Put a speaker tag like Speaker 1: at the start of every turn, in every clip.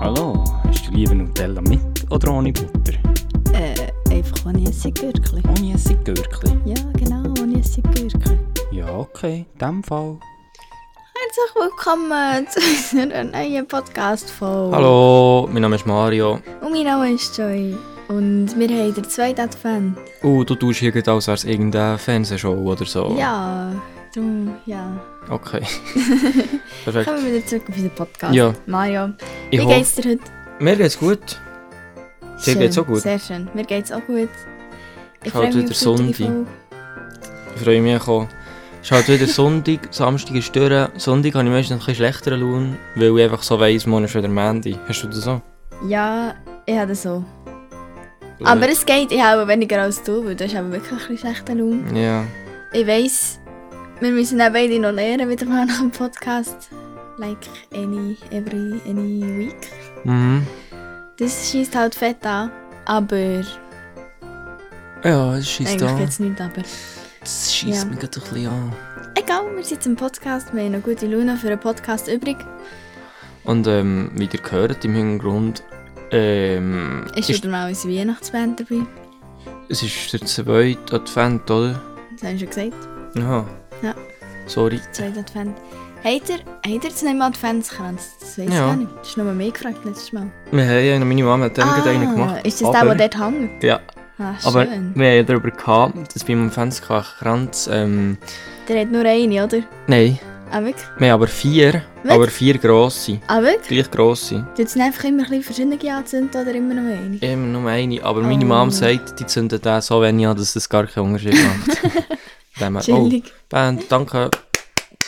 Speaker 1: Hallo, hast du lieber Nutella mit oder ohne Butter? Oh,
Speaker 2: Äh, einfach ohne Essiggürkli.
Speaker 1: Ohne Essiggürkli?
Speaker 2: Ja, genau, ohne Essiggürkli.
Speaker 1: Ja, okay, in dem Fall.
Speaker 2: Herzlich willkommen zu unserer neuen Podcast-Folge.
Speaker 3: Hallo, mein Name ist Mario.
Speaker 2: Und mein Name ist Joy. Und wir haben den zweiten Advent.
Speaker 3: Oh, du tust hier gerade als wär's irgendeine Fernsehshow oder so.
Speaker 2: Ja, darum, ja.
Speaker 3: Okay.
Speaker 2: Kommen
Speaker 3: Perfekt.
Speaker 2: wir wieder zurück auf unseren Podcast.
Speaker 3: Ja.
Speaker 2: Mario,
Speaker 3: Ich
Speaker 2: wie
Speaker 3: hoffe-
Speaker 2: geht's dir heute?
Speaker 3: Mir geht's gut. Dir
Speaker 2: Schön,
Speaker 3: geht's auch gut?
Speaker 2: Sehr schön. Mir geht's auch gut.
Speaker 3: Schaut
Speaker 2: Ich freue mich
Speaker 3: wieder
Speaker 2: auf die heutige
Speaker 3: Sonntag.
Speaker 2: Folge.
Speaker 3: Ich freue mich auch. Es ist halt wieder Sonntag, Samstag ist durch. Sonntag habe ich meistens ein bisschen schlechteren Laune, weil ich einfach so weiss, morgen ist wieder Mandy. Hast du das auch?
Speaker 2: Ja, ich habe das so. Aber es geht, ich habe weniger als du, weil du hast aber wirklich ein bisschen schlechten Raum.
Speaker 3: Ja.
Speaker 2: Ich weiss, wir müssen auch beide noch lernen wieder mal nach dem Podcast. Like any, every, any week. Dus
Speaker 3: Mhm.
Speaker 2: Das schießt halt fett an, aber
Speaker 3: Ja, es scheisst
Speaker 2: eigentlich
Speaker 3: an.
Speaker 2: geht's nicht aber.
Speaker 3: Es scheisst
Speaker 2: Ja.
Speaker 3: mich gerade ein bisschen an.
Speaker 2: Egal, wir sind jetzt im Podcast, wir haben noch gute Laune für einen Podcast übrig.
Speaker 3: Und ähm, wie ihr gehört im Hintergrund, ähm,
Speaker 2: Ist
Speaker 3: ist,
Speaker 2: wieder mal unsere Weihnachtsband dabei.
Speaker 3: es ist der zweite Advent, oder?
Speaker 2: Das haben wir schon gesagt,
Speaker 3: Ja.
Speaker 2: Ja.
Speaker 3: Sorry.
Speaker 2: zweiter Advent. Habt ihr, habt ihr jetzt nicht mal Adventskranz? Das weiss
Speaker 3: Ja.
Speaker 2: ich gar nicht. Das ist nur mehr gefragt letztes Mal.
Speaker 3: Wir haben ja, meine Mama hat dann gerade einen gemacht.
Speaker 2: Ah, ist das
Speaker 3: aber,
Speaker 2: der, der dort hängt?
Speaker 3: Ja,
Speaker 2: Ah, schön.
Speaker 3: aber wir haben ja darüber gehabt, dass beim Fanskranz, ähm,
Speaker 2: Der hat nur eine, oder?
Speaker 3: nein,
Speaker 2: Ah, wirklich?
Speaker 3: wir haben aber vier,
Speaker 2: Was?
Speaker 3: aber vier grosse,
Speaker 2: Ah, wirklich?
Speaker 3: gleich grosse.
Speaker 2: Du hast einfach immer ein bisschen verschiedene anzünden oder immer noch eine?
Speaker 3: Immer nur eine, aber meine
Speaker 2: Oh.
Speaker 3: Mama sagt, die zünden den so wenig an, dass das gar keinen Unterschied macht. Dann, oh,
Speaker 2: Chillig.
Speaker 3: Band, danke,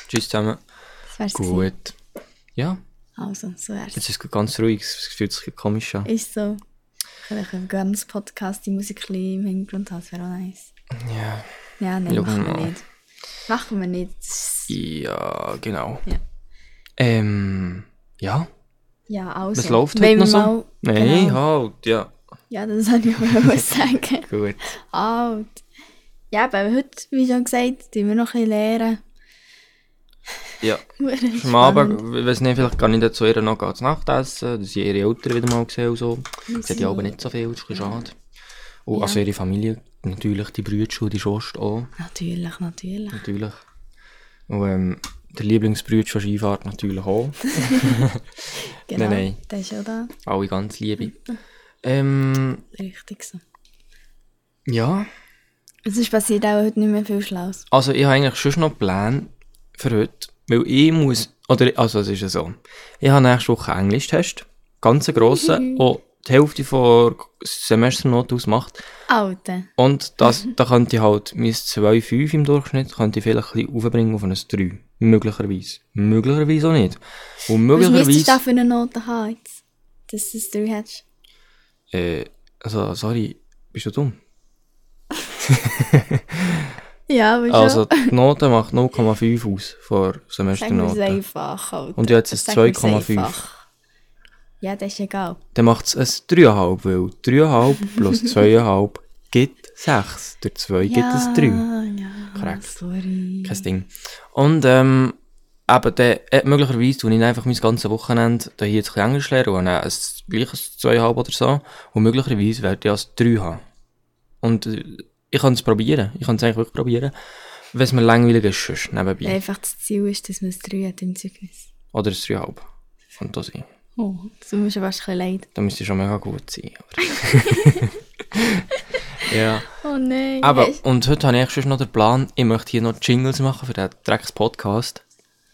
Speaker 3: tschüss zusammen.
Speaker 2: Das wär's gewesen.
Speaker 3: Gut. Ja,
Speaker 2: Also, so wär's.
Speaker 3: jetzt ist es ganz ruhig, es fühlt sich komisch an.
Speaker 2: Ist so. Vielleicht einen ganz Podcast die Musik ein bisschen im Hintergrund haben, das wäre auch nice.
Speaker 3: Ja,
Speaker 2: Ja, nein,
Speaker 3: Ja,
Speaker 2: machen wir
Speaker 3: genau.
Speaker 2: nicht. Machen wir nicht. Das-
Speaker 3: ja genau.
Speaker 2: Ja.
Speaker 3: Ähm, ja.
Speaker 2: Ja, also.
Speaker 3: Was läuft heute
Speaker 2: wenn
Speaker 3: noch
Speaker 2: wir
Speaker 3: so?
Speaker 2: mal-
Speaker 3: Nein,
Speaker 2: Genau.
Speaker 3: halt, ja.
Speaker 2: Ja, das wollte ich auch sagen.
Speaker 3: Gut.
Speaker 2: Alt. Ja, aber heute, wie schon gesagt, tun wir noch ein bisschen lernen.
Speaker 3: Ja.
Speaker 2: Verdammt
Speaker 3: Am Abend,
Speaker 2: spannend.
Speaker 3: ich weiß nicht, vielleicht kann ich dann zu ihr noch gehen, zu Nacht essen, dass ich ihre Eltern wieder mal sehe und so. Sie hat ja aber nicht so viel, das ist ein bisschen schade. Und
Speaker 2: Ja.
Speaker 3: also ihre Familie, natürlich die Brüder und die Schwester auch,
Speaker 2: Natürlich, natürlich.
Speaker 3: natürlich. Und ähm, der Lieblingsbrüder von Skifahrt natürlich auch.
Speaker 2: Genau.
Speaker 3: nein.
Speaker 2: Der ist ja da.
Speaker 3: Alle ganz liebe. Ähm,
Speaker 2: Richtig so.
Speaker 3: ja.
Speaker 2: Sonst passiert auch heute nicht mehr viel Schlaues.
Speaker 3: Also ich habe eigentlich schon noch Pläne für heute, weil ich muss, oder, also es ist ja so, ich habe nächste Woche einen Englischtest, ganz einen
Speaker 2: Mhm.
Speaker 3: grossen, der die Hälfte der Semesternote ausmacht
Speaker 2: Alte.
Speaker 3: und das,
Speaker 2: Mhm.
Speaker 3: da könnte ich halt mein 2,5 im Durchschnitt, könnte ich vielleicht ein bisschen aufbringen auf ein 3, möglicherweise, möglicherweise auch nicht. Und
Speaker 2: Was müsstest du da
Speaker 3: möglicherweise,
Speaker 2: für eine Note haben, jetzt, dass du es drei hast?
Speaker 3: äh, also sorry, bist du dumm?
Speaker 2: Ja, aber
Speaker 3: Also die Note macht 0,5 aus von
Speaker 2: Sag mir es
Speaker 3: Semesternote.
Speaker 2: einfach. Alter.
Speaker 3: Und du hast jetzt
Speaker 2: Sag mir's
Speaker 3: 2,5.
Speaker 2: einfach. Ja, das ist egal.
Speaker 3: dann macht es ein 3,5, weil 3,5 plus 2,5 gibt 6. Durch 2 gibt es 3.
Speaker 2: Ja,
Speaker 3: Korrekt.
Speaker 2: sorry.
Speaker 3: Kein Ding. Und ähm, eben, dann, äh, möglicherweise tue ich einfach mein ganzes Wochenende da hier jetzt ein bisschen Englisch lernen und dann ein gleiches 2,5 oder so. Und möglicherweise werde ich als 3 haben. Und äh, ich kann es probieren. Ich kann es eigentlich wirklich probieren. Wenn es mir langweilig ist, sonst nebenbei.
Speaker 2: Einfach das Ziel ist, dass man es drei hat im Zeugnis.
Speaker 3: Oder ein 3,5. Und das sein.
Speaker 2: Oh, das tut mir schon fast ein bisschen leid.
Speaker 3: Da müsste ich schon mega gut sein. Aber ja.
Speaker 2: Oh nein.
Speaker 3: Aber,
Speaker 2: weisst-
Speaker 3: und heute habe ich schon noch den Plan, ich möchte hier noch Jingles machen für den Drecks-Podcast.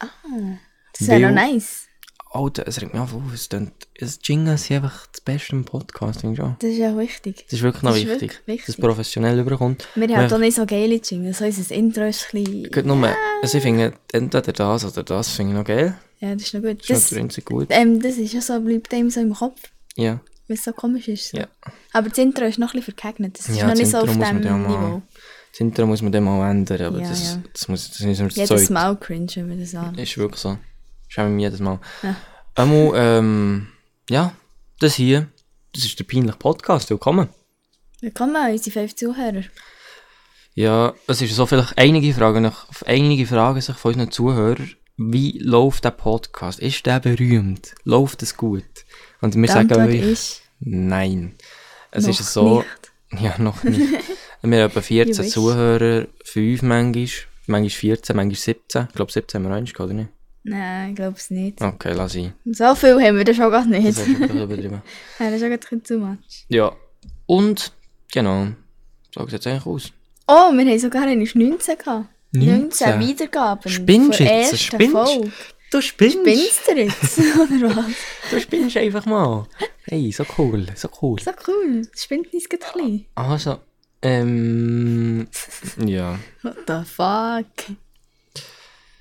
Speaker 2: das wäre noch
Speaker 3: weil-
Speaker 2: nice.
Speaker 3: Alter, es regt mich einfach auf, es tönt, es Jingles sind einfach das Beste im Podcast, finde ich schon.
Speaker 2: Das ist ja wichtig.
Speaker 3: Das ist wirklich noch
Speaker 2: Das ist
Speaker 3: wichtig,
Speaker 2: wirklich wichtig.
Speaker 3: dass es professionell überkommt.
Speaker 2: Wir haben doch nicht so geile Jingles. So unser Intro ist ein bisschen...
Speaker 3: Gut, nur, also ich finde entweder das oder das finde ich noch geil.
Speaker 2: Ja, das ist noch gut.
Speaker 3: Das ist
Speaker 2: Das,
Speaker 3: noch der einzige gut.
Speaker 2: ähm, das ist ja so, bleibt einem so im Kopf.
Speaker 3: Ja.
Speaker 2: Weil es so komisch ist. So.
Speaker 3: Ja.
Speaker 2: Aber das Intro ist noch ein bisschen verkegnet. Das ist
Speaker 3: Ja,
Speaker 2: noch
Speaker 3: das
Speaker 2: nicht so auf
Speaker 3: Intro muss
Speaker 2: dem
Speaker 3: man dann mal-
Speaker 2: Niveau.
Speaker 3: Das Intro muss man dann mal ändern, aber
Speaker 2: Ja,
Speaker 3: das,
Speaker 2: ja.
Speaker 3: das, muss, das müssen wir zu
Speaker 2: Jedes
Speaker 3: zweit.
Speaker 2: Mal cringe, wenn wir das an.
Speaker 3: Ist wirklich so. Schämen wir jedes Mal.
Speaker 2: Ja.
Speaker 3: Einmal, ähm, ja, das hier, das ist der peinliche Podcast, willkommen.
Speaker 2: Willkommen an unsere fünf Zuhörer.
Speaker 3: Ja, es ist so, vielleicht einige fragen, nach- einige fragen sich von unseren Zuhörern, wie läuft der Podcast? Ist der berühmt? Läuft es gut? Und wir
Speaker 2: Die
Speaker 3: sagen
Speaker 2: Antwort
Speaker 3: euch,
Speaker 2: ist
Speaker 3: nein. Es
Speaker 2: noch
Speaker 3: ist so,
Speaker 2: nicht.
Speaker 3: ja, noch nicht. wir haben etwa 14
Speaker 2: Jurist.
Speaker 3: Zuhörer, 5 manchmal, manchmal 14, manchmal 17. Ich glaube, 17 haben wir eins, oder nicht?
Speaker 2: Nein, ich glaube es nicht.
Speaker 3: Okay, lass ich.
Speaker 2: So viel haben wir das schon gar nicht.
Speaker 3: Das ist
Speaker 2: Nein,
Speaker 3: wirklich übertrieben.
Speaker 2: das ist schon gerade zu much.
Speaker 3: Ja. Und, genau, so sieht es eigentlich aus.
Speaker 2: Oh, wir haben sogar eine 19 gehabt. 19 Wiedergaben.
Speaker 3: Spinnst
Speaker 2: von
Speaker 3: jetzt? Also
Speaker 2: ersten
Speaker 3: Spinnst?
Speaker 2: Folge.
Speaker 3: Du spinnst.
Speaker 2: Spinnst du jetzt? Oder was?
Speaker 3: Du spinnst einfach mal. Hey, so cool, so cool.
Speaker 2: So cool. Das spinnt uns gerade ein bisschen.
Speaker 3: Also, ähm, ja.
Speaker 2: What the fuck?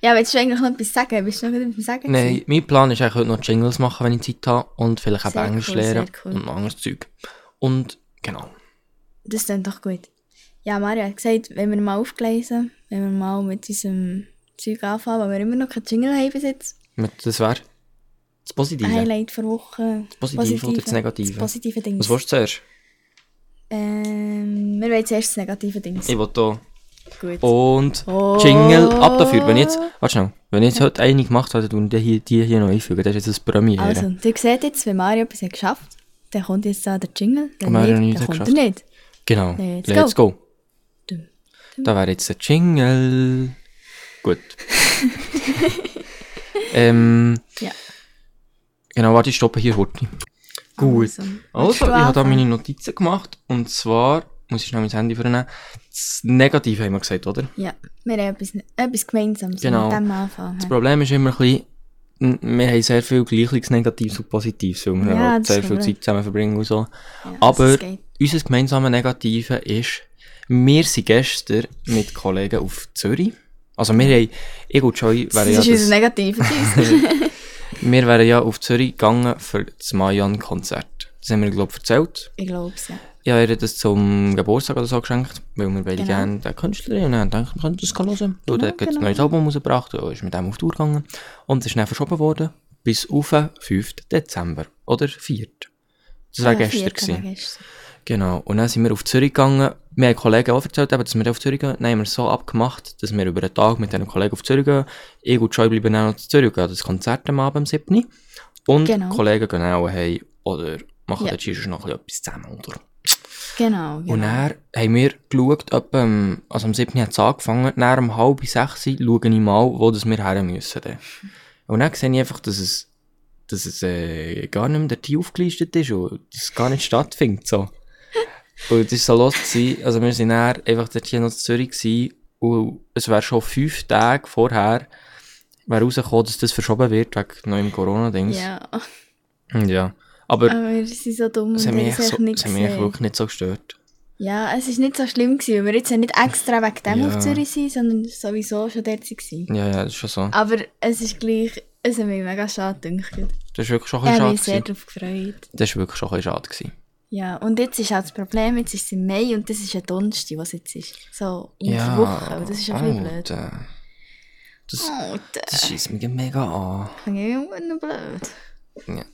Speaker 2: Ja, willst du eigentlich noch etwas sagen? Bist du noch etwas sagen?
Speaker 3: Nein, mein Plan ist eigentlich heute noch Jingles machen, wenn ich Zeit habe. Und vielleicht auch
Speaker 2: Sehr
Speaker 3: Englisch
Speaker 2: cool,
Speaker 3: lernen
Speaker 2: sehr cool.
Speaker 3: und noch anderes Zeug. Und, genau.
Speaker 2: Das klingt doch gut. Ja, Maria hat gesagt, wenn wir mal aufgelesen, wenn wir mal mit unserem Zeug anfangen, weil wir immer noch keinen Jingle haben bis jetzt.
Speaker 3: Mit- Das wäre das Positive.
Speaker 2: Highlight für Woche. Das
Speaker 3: Positive oder das Negative?
Speaker 2: Das positive Ding.
Speaker 3: Was willst du zuerst?
Speaker 2: Ähm, wir wollen zuerst das negative Ding.
Speaker 3: Ich will hier.
Speaker 2: Gut.
Speaker 3: Und
Speaker 2: Oh.
Speaker 3: Jingle, ab dafür. Wenn ich jetzt, warte schnell, wenn ich jetzt heute eine gemacht hätte und die hier, die hier noch einfügen, das ist jetzt das Premiere.
Speaker 2: Also, ihr seht jetzt, wenn Mario etwas hat geschafft dann kommt jetzt da der Jingle. Wenn
Speaker 3: Mario
Speaker 2: nicht,
Speaker 3: hat
Speaker 2: dann
Speaker 3: nichts
Speaker 2: kommt er nicht.
Speaker 3: Genau.
Speaker 2: Let's
Speaker 3: Let's, go.
Speaker 2: Dum,
Speaker 3: Da wäre jetzt der Jingle. Gut. ähm,
Speaker 2: Ja.
Speaker 3: genau, warte, ich stoppe hier heute. Gut.
Speaker 2: Also, willst
Speaker 3: Also,
Speaker 2: du
Speaker 3: ich habe da
Speaker 2: anfangen?
Speaker 3: meine Notizen gemacht. Und zwar, muss ich schnell mein Handy vornehmen. Das Negative haben wir gesagt, oder?
Speaker 2: Ja, wir haben etwas, etwas Gemeinsames
Speaker 3: Genau.
Speaker 2: mit dem Anfang.
Speaker 3: Das Problem ist immer ein bisschen, n- wir haben sehr viel gleiches Negatives und Positives, weil wir
Speaker 2: Ja,
Speaker 3: halt
Speaker 2: das
Speaker 3: sehr
Speaker 2: ist
Speaker 3: viel
Speaker 2: korrekt.
Speaker 3: Zeit zusammen verbringen und so.
Speaker 2: Ja, also
Speaker 3: Aber
Speaker 2: es geht.
Speaker 3: unser gemeinsames Negative ist, wir sind gestern mit Kollegen auf Zürich. Also wir haben, ich und Joy
Speaker 2: Das
Speaker 3: wären ja, dus-
Speaker 2: ist unser
Speaker 3: das,
Speaker 2: negatives
Speaker 3: wir wären ja auf Zürich gegangen für das Mayan-Konzert. Das haben wir, glaube ich, erzählt.
Speaker 2: ich glaube es, ja.
Speaker 3: Ich habe ihr das zum Geburtstag oder so geschenkt, weil wir beide
Speaker 2: Genau.
Speaker 3: gerne den Künstler haben. Und dann dachte ich, wir können das gehen hören. Weil
Speaker 2: Genau,
Speaker 3: der hat
Speaker 2: genau.
Speaker 3: ein neues Album rausgebracht und ist mit dem auf Tour gegangen. Und es ist dann verschoben worden bis auf den 5. Dezember. Oder 4. Das war
Speaker 2: Ah, Ja,
Speaker 3: gestern.
Speaker 2: vier Tage
Speaker 3: Gewesen.
Speaker 2: gestern.
Speaker 3: Genau, und dann sind wir auf Zürich gegangen. Mir haben Kollegen auch erzählt, eben, dass wir auf Zürich gehen. Dann haben wir es so abgemacht, dass wir über den Tag mit einem Kollegen auf Zürich gehen. Ich und Joy bleiben dann noch zu Zürich gehen. Das Konzert am Abend am 7. Und
Speaker 2: Genau.
Speaker 3: die Kollegen gehen auch heim oder machen
Speaker 2: Ja.
Speaker 3: dort sonst noch ein bisschen etwas zusammen. Oder?
Speaker 2: Genau, genau.
Speaker 3: Und dann haben wir geschaut, ob, ähm, also am 7. hat es angefangen, dann um halb sechs schaue ich mal, wo das wir her müssen. dann. Und dann sehe ich einfach, dass es, dass es äh, gar nicht mehr der Tee aufgelistet ist und das gar nicht stattfindet. So. Und das war so los. Gewesen. Also wir waren dann einfach dort hier noch in Zürich gewesen, und es wäre schon fünf Tage vorher wäre rausgekommen, dass das verschoben wird wegen neuem Corona-Dings.
Speaker 2: Ja, Ähm,
Speaker 3: ja. Aber
Speaker 2: aber wir sind so dumm
Speaker 3: es
Speaker 2: und
Speaker 3: hat
Speaker 2: haben
Speaker 3: mich,
Speaker 2: es
Speaker 3: echt so,
Speaker 2: echt nicht
Speaker 3: es hat mich echt
Speaker 2: gesehen.
Speaker 3: wirklich nicht so gestört.
Speaker 2: Ja, es war nicht so schlimm, gewesen, weil wir jetzt ja nicht extra wegen dem
Speaker 3: Ja.
Speaker 2: auf Zürich sind, sondern sowieso schon dort waren.
Speaker 3: Ja, ja, das ist schon so.
Speaker 2: Aber es ist gleich, es hat mich mega schade gedacht.
Speaker 3: Das ist wirklich schon
Speaker 2: Ich
Speaker 3: ein
Speaker 2: habe mich
Speaker 3: bisschen
Speaker 2: sehr
Speaker 3: schade. gewesen.
Speaker 2: darauf gefreut.
Speaker 3: Das war wirklich schon ein bisschen schade. Gewesen.
Speaker 2: Ja, und jetzt ist halt das Problem, jetzt ist es im Mai und das ist ein Donnerstag, was jetzt ist. So, in der Woche, und das ist schon ein bisschen blöd.
Speaker 3: Alter. Das,
Speaker 2: Oh, da
Speaker 3: das schießt mich mega an.
Speaker 2: finde ich immer blöd.
Speaker 3: Ja.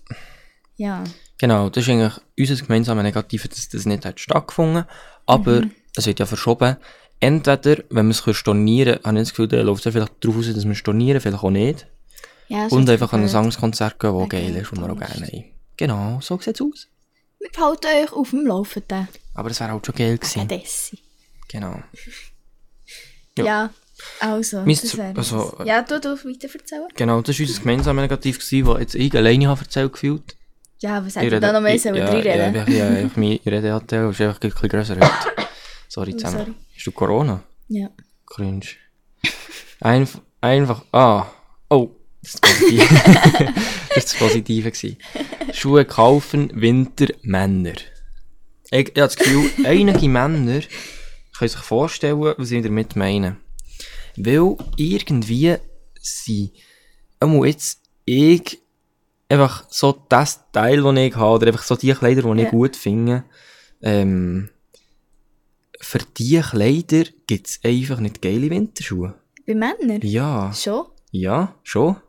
Speaker 2: Ja,
Speaker 3: Genau, das ist eigentlich unser gemeinsames Negativ, dass das nicht hat stattgefunden Aber
Speaker 2: Mhm.
Speaker 3: es wird ja verschoben. Entweder, wenn wir es können stornieren können, habe ich das Gefühl, dann läuft es vielleicht darauf aus, dass wir stornieren, vielleicht auch nicht.
Speaker 2: ja es
Speaker 3: und
Speaker 2: ist
Speaker 3: einfach an ein
Speaker 2: blöd.
Speaker 3: anderes Konzert gehen, das
Speaker 2: Okay,
Speaker 3: geil ist und wir auch
Speaker 2: Donnerstag.
Speaker 3: gerne haben. Genau, so sieht es aus.
Speaker 2: Wir behalten euch auf dem Laufenden.
Speaker 3: Aber es wäre halt schon geil gewesen.
Speaker 2: Adessi.
Speaker 3: Genau.
Speaker 2: Ja.
Speaker 3: Ja.
Speaker 2: also.
Speaker 3: Mis-
Speaker 2: das wär's.
Speaker 3: also, äh,
Speaker 2: ja, du darfst weiter erzählen.
Speaker 3: Genau, das war unser gemeinsames Negativ, gewesen, das jetzt ich alleine habe erzählt gefühlt.
Speaker 2: Ja,
Speaker 3: Ich
Speaker 2: was hätte ich
Speaker 3: rede-
Speaker 2: da noch mehr
Speaker 3: ich-
Speaker 2: sollen
Speaker 3: ja,
Speaker 2: reinreden?
Speaker 3: Ja, ja, ja, ich mein Redeanteil ist einfach ein bisschen grösser heute. Sorry zusammen.
Speaker 2: sorry.
Speaker 3: Hast du Corona?
Speaker 2: Ja.
Speaker 3: Cringe. Einf einfach, ah, oh, das ist das Positive. das ist das Positive gewesen. Schuhe kaufen, Winter, Männer. Ich, ich habe das Gefühl, einige Männer können sich vorstellen, was sie damit meinen. Weil irgendwie sind, einmal jetzt, ich, einfach so das Teil, das ich habe, oder einfach so die Kleider, die
Speaker 2: Ja.
Speaker 3: ich gut finde, ähm, für die Kleider gibt es einfach nicht geile Winterschuhe.
Speaker 2: Bei Männern?
Speaker 3: Ja,
Speaker 2: Schon?
Speaker 3: ja, schon.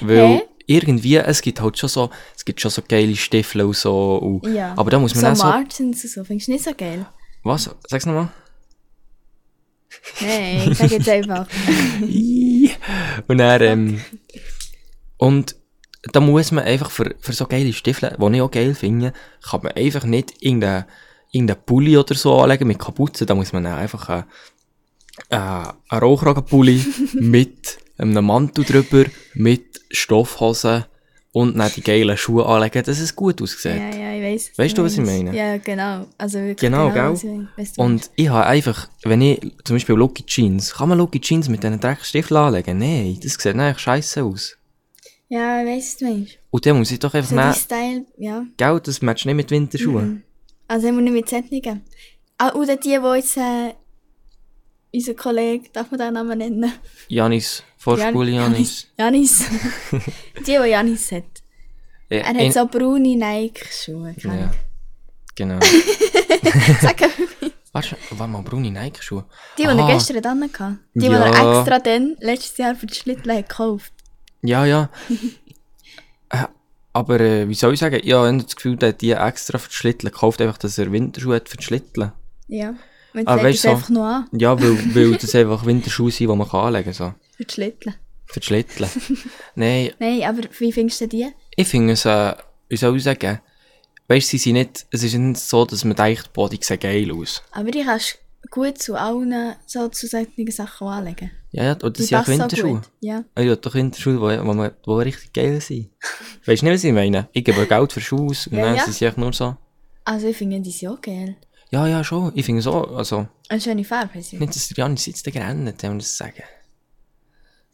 Speaker 3: Weil
Speaker 2: Hä?
Speaker 3: irgendwie, es gibt halt schon so, es gibt schon so geile Stiefel und so. Und,
Speaker 2: Ja.
Speaker 3: Aber da muss man
Speaker 2: so
Speaker 3: auch so,
Speaker 2: Martins und so, findest du nicht so geil?
Speaker 3: was, sag's nochmal?
Speaker 2: Nein, ich sage jetzt einfach.
Speaker 3: und dann, ähm, und da muss man einfach für, für so geile Stiefel, die ich auch geil finde, kann man einfach nicht irgendeinen irgendein Pulli oder so anlegen mit Kapuze. Da muss man dann einfach einen, äh, einen Rollkragenpulli mit einem Mantel drüber, mit Stoffhosen und dann die geilen Schuhe anlegen, dass es gut aussieht.
Speaker 2: ja, ja, ich weiß.
Speaker 3: Weißt du, was ich meine?
Speaker 2: Ja, genau. Also wirklich
Speaker 3: Genau, gell?
Speaker 2: was ich meine. Weißt du,
Speaker 3: Und ich habe einfach, wenn ich zum Beispiel Lucky Jeans, kann man Lucky Jeans mit diesen Dreckstiefeln anlegen? Nein, das sieht eigentlich scheiße aus.
Speaker 2: ja, ich weiß, was du meinst.
Speaker 3: Und dann muss ich doch einfach
Speaker 2: So
Speaker 3: nehmen,
Speaker 2: dein Style, ja.
Speaker 3: Geld, das matcht nicht mit Winterschuhen.
Speaker 2: Also ich muss nicht mit Zentnigen. Ah, oder die, die jetzt, äh, unser Kollege, darf man den Namen nennen?
Speaker 3: Janis, Vorschule Janis.
Speaker 2: Janis. die, die Janis hat.
Speaker 3: Ja,
Speaker 2: Er
Speaker 3: Äh, in-
Speaker 2: hat so braune Nike-Schuhe.
Speaker 3: Ja.
Speaker 2: Ja.
Speaker 3: Genau. Warte, warte mal, braune Nike-Schuhe.
Speaker 2: Die, die
Speaker 3: Aha.
Speaker 2: er gestern dann hatte. Die, die
Speaker 3: Ja.
Speaker 2: er extra dann letztes Jahr für die Schlittle hat gekauft
Speaker 3: Ja, ja. Äh, Aber äh, wie soll ich sagen, ich habe eher das Gefühl, der hat die extra für die Schlitteln gekauft, einfach, dass er Winterschuhe hat für die Schlitteln.
Speaker 2: Ja. Und
Speaker 3: Ah,
Speaker 2: ah,
Speaker 3: weißt
Speaker 2: legt es
Speaker 3: du so?
Speaker 2: einfach noch an
Speaker 3: Ja, weil, weil das einfach Winterschuhe sind, die man kann anlegen kann. So.
Speaker 2: für die Schlittle.
Speaker 3: Für die Schlitteln. Nein,
Speaker 2: Nein, aber wie findest du die?
Speaker 3: ich finde es, äh, wie soll ich sagen, weißt du, sie sind nicht, es ist nicht so, dass man denkt, boah, die sehen geil aus.
Speaker 2: Aber die kannst du gut zu allen so zusätzlichen Sachen anlegen.
Speaker 3: Ja, ja, und
Speaker 2: Die
Speaker 3: das sind auch
Speaker 2: passen auch
Speaker 3: Winterschuhe.
Speaker 2: gut. Ja.
Speaker 3: Ah Ja, doch Winterschuhe, die, die, man- die richtig geil sind. Weißt du nicht, was ich meine? Ich gebe Geld für Schuhe aus und
Speaker 2: Ja,
Speaker 3: dann
Speaker 2: ja.
Speaker 3: sind sie echt nur so.
Speaker 2: Also ich finde die sind auch geil.
Speaker 3: Ja, ja, schon. Ich finde so. Also,
Speaker 2: Eine schöne Farbe haben sie.
Speaker 3: nicht, dass der Janis jetzt da gerannt, haben wir das sagen.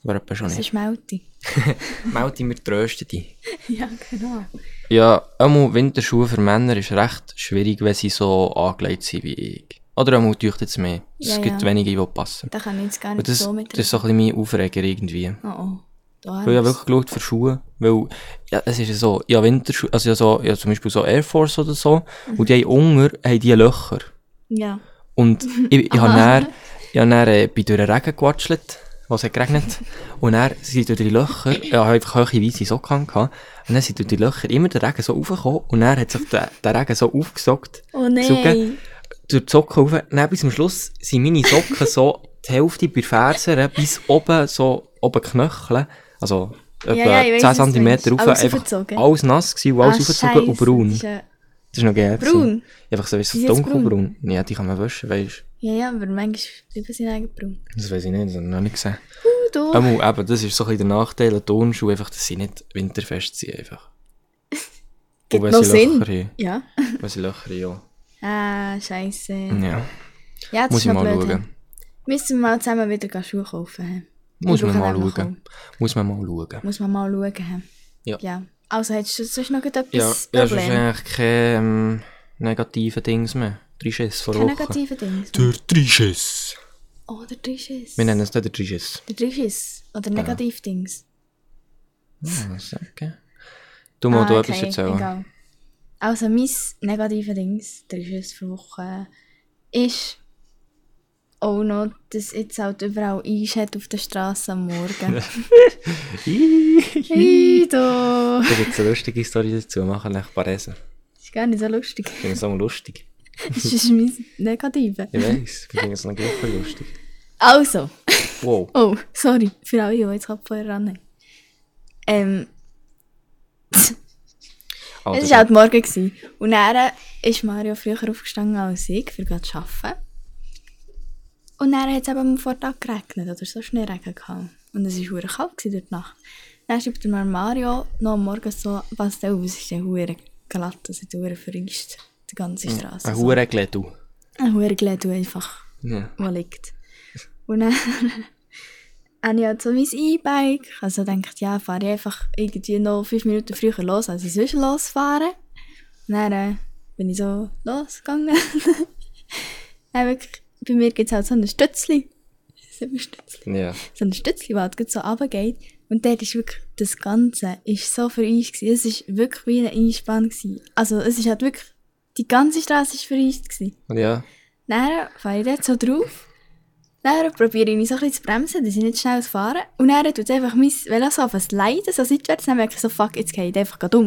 Speaker 3: Aber etwa schon
Speaker 2: Sie
Speaker 3: nicht.
Speaker 2: schmelzen.
Speaker 3: Melti, wir trösten dich.
Speaker 2: Ja, genau.
Speaker 3: Ja, einmal Winterschuhe für Männer ist recht schwierig, wenn sie so angelegt sind wie ich. Oder einmal täuscht jetzt mehr. Es
Speaker 2: Ja,
Speaker 3: gibt
Speaker 2: ja.
Speaker 3: wenige, die passen.
Speaker 2: Da kann ich jetzt gar
Speaker 3: Und
Speaker 2: nicht
Speaker 3: das,
Speaker 2: so mit.
Speaker 3: das ist so ein bisschen mein Aufreger irgendwie.
Speaker 2: Oh oh. Da
Speaker 3: Weil ich habe wirklich geschaut für Schuhe, weil ja, es ist ja so, ich habe Winterschuhe, also ich habe, so, ich habe zum Beispiel so Air Force oder so,
Speaker 2: Mhm.
Speaker 3: und die haben unter, haben die Löcher.
Speaker 2: Ja.
Speaker 3: Und ich, ich habe dann, ich habe dann äh, bin durch den Regen gewatschelt, was hat geregnet, und dann sind durch die Löcher, ich habe einfach hohe weiße Socken gehabt, und dann sind durch die Löcher immer der Regen so raufgekommen, und dann hat sich der, der Regen so aufgesockt,
Speaker 2: Oh nein.
Speaker 3: Socken. durch die Socken rauf, dann bis zum Schluss sind meine Socken so die Hälfte bei Fersen bis oben, so oben Knöcheln, also etwa
Speaker 2: ja, ich weiss,
Speaker 3: 10
Speaker 2: was du
Speaker 3: cm
Speaker 2: meinst.
Speaker 3: rauf,
Speaker 2: Alles
Speaker 3: einfach
Speaker 2: aufgezogen.
Speaker 3: alles nass gewesen, und alles
Speaker 2: Ah,
Speaker 3: aufgezogen und
Speaker 2: scheisse,
Speaker 3: braun.
Speaker 2: das
Speaker 3: Das
Speaker 2: ist ja-
Speaker 3: ist noch geil. gewesen.
Speaker 2: Braun?
Speaker 3: Einfach so, weißt
Speaker 2: Sind
Speaker 3: du,
Speaker 2: sie jetzt
Speaker 3: dunkelbraun. Ja, die kann man waschen, weißt du.
Speaker 2: Ja, ja, aber manchmal bleiben sie eigentlich braun.
Speaker 3: Das weiß ich nicht, das habe ich noch nicht gesehen.
Speaker 2: Uh, du.
Speaker 3: Ähm, eben, das ist so ein bisschen der Nachteil an Turnschuhen, einfach, dass sie nicht winterfest sind. Einfach.
Speaker 2: Gibt
Speaker 3: wenn
Speaker 2: noch
Speaker 3: sie
Speaker 2: Sinn.
Speaker 3: Löcher haben.
Speaker 2: Ja.
Speaker 3: Wenn sie Löcher haben,
Speaker 2: Ah, scheiße.
Speaker 3: ja. ja.
Speaker 2: Ja, das
Speaker 3: Muss
Speaker 2: ist
Speaker 3: ich
Speaker 2: noch
Speaker 3: mal
Speaker 2: blöd,
Speaker 3: schauen.
Speaker 2: hä? Müssen wir mal zusammen wieder gehen Schuhe kaufen. hä?
Speaker 3: Muss
Speaker 2: Ich
Speaker 3: man
Speaker 2: brauche
Speaker 3: mal
Speaker 2: nämlich
Speaker 3: schauen. Muss man mal schauen.
Speaker 2: auch- Muss man mal schauen. hä?
Speaker 3: Ja.
Speaker 2: ja. Also, hättest du sonst noch gerade
Speaker 3: Ja,
Speaker 2: etwas
Speaker 3: ja, sonst
Speaker 2: Problem?
Speaker 3: eigentlich keine ähm, negativen Dings mehr. Drei Schiss vor
Speaker 2: Keine
Speaker 3: Woche.
Speaker 2: negativen Dinge.
Speaker 3: Der Drisches.
Speaker 2: Oh, der Drischiss.
Speaker 3: Wir nennen es nicht der Drisches.
Speaker 2: Der Drischiss. Oder Negativ-Dings.
Speaker 3: Ah, okay. Du
Speaker 2: Ah,
Speaker 3: mal du etwas erzählen.
Speaker 2: Egal. Also, mein negatives Dings, Dus Drischiss für Woche, ist auch noch, dass jetzt halt überall Eis hat auf der Straße am Morgen. Ido!
Speaker 3: Da gibt es eine lustige Story dazu. Machen nach Paresen.
Speaker 2: Das ist gar nicht so lustig.
Speaker 3: Ich finde es auch mal lustig.
Speaker 2: Das ist mein Negatives.
Speaker 3: Ich weiß. Ich finde es noch gleich lustig.
Speaker 2: Also,
Speaker 3: Wow.
Speaker 2: oh, sorry, für alle, die jetzt Kopfhörer ran haben. Ähm,
Speaker 3: Ah,
Speaker 2: es
Speaker 3: der-
Speaker 2: war halt morgen. Gewesen. Und dann ist Mario früher aufgestanden als ich, für gerade zu arbeiten. Und dann hat es eben am Vortag geregnet oder so Schneeregen gehabt. Und es war sehr kalt gewesen durch die Nacht. Dann schreibt mir Mario noch am Morgen so, was denn auf, es ist dann verdammt glatt, es hat verdammt verreist, die ganze Straße.
Speaker 3: Ein
Speaker 2: so.
Speaker 3: hure Glädu.
Speaker 2: Ein verdammt Glädu einfach.
Speaker 3: Ja.
Speaker 2: wo liegt. Und dann habe ich halt so mein E-Bike. Also denkt ja, fahre ich einfach irgendwie noch fünf Minuten früher los, als ich sonst losfahre. Und dann äh, bin ich so losgegangen. dann wirklich, bei mir gibt es halt so ein Stützli. So ein Stützli.
Speaker 3: ja.
Speaker 2: So ein Stützli, das halt so runtergeht. Und dort ist wirklich, das Ganze ist so für Eis gewesen. Es ist wirklich wie ein Einspann gewesen. Also es ist halt wirklich, die ganze Straße ist für Eis gewesen.
Speaker 3: Ja.
Speaker 2: Dann fahre ich dort so drauf. Dann probiere ich mich so ein bisschen zu bremsen, dass ich nicht schnell fahre. Und dann tut einfach mein Velo so auf ein Leiden, so seitwärts. Dann merke ich so, fuck, jetzt gehe ich einfach gerade um.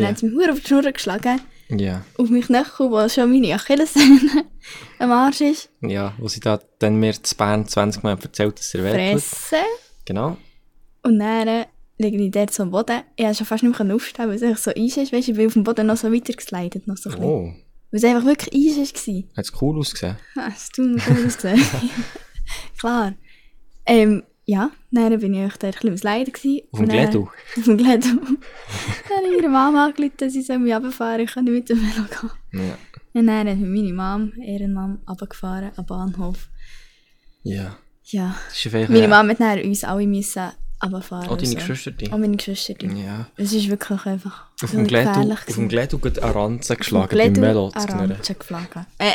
Speaker 3: Ja.
Speaker 2: dann hat es mich verdammt auf die Schnur geschlagen.
Speaker 3: Ja.
Speaker 2: auf mich Knöchel, wo schon meine Achillessehne am Arsch ist,
Speaker 3: Ja, was ich da dann mir zu Bern 20 Mal erzählt, dass er wehtut.
Speaker 2: fressen.
Speaker 3: Genau.
Speaker 2: Und dann äh, liege ich dort so am Boden. Ich konnte schon fast nicht mehr aufstehen, weil es einfach so eis ist. Weißt du, ich bin auf dem Boden noch so weitergeslidet. Noch so ein bisschen.
Speaker 3: Oh,
Speaker 2: Weil es einfach wirklich eis war.
Speaker 3: hat es cool ausgesehen.
Speaker 2: Ah, Es tut mir gut ausgesehen. Klar. Ähm, eh, ja, dann bin ich echt ein bisschen am Sliden. gewesen.
Speaker 3: Auf dem
Speaker 2: Und dann-
Speaker 3: Glädel.
Speaker 2: Auf dem Glädel. dann habe ich ihre Mama angerufen, dass sie soll mich runterfahren Ich kann nicht mit dem Velo gehen.
Speaker 3: Ja.
Speaker 2: Und dann hat mich meine Mom, ihre Mom, runtergefahren am Bahnhof.
Speaker 3: Ja.
Speaker 2: Ja.
Speaker 3: Das ist einfach...
Speaker 2: Meine Mama hat dann uns alle müssen runterfahren.
Speaker 3: Oh, deine
Speaker 2: also.
Speaker 3: Geschwister.
Speaker 2: Auch meine Geschwister.
Speaker 3: Ja.
Speaker 2: Es ist wirklich einfach
Speaker 3: Auf dem Glädel, auf dem
Speaker 2: gewesen.
Speaker 3: Glädel geht eine Ranze
Speaker 2: Auf
Speaker 3: geschlagen,
Speaker 2: dem
Speaker 3: beim
Speaker 2: Glädel
Speaker 3: Melo zu
Speaker 2: an
Speaker 3: knurren.
Speaker 2: Ranzen geflogen. Äh,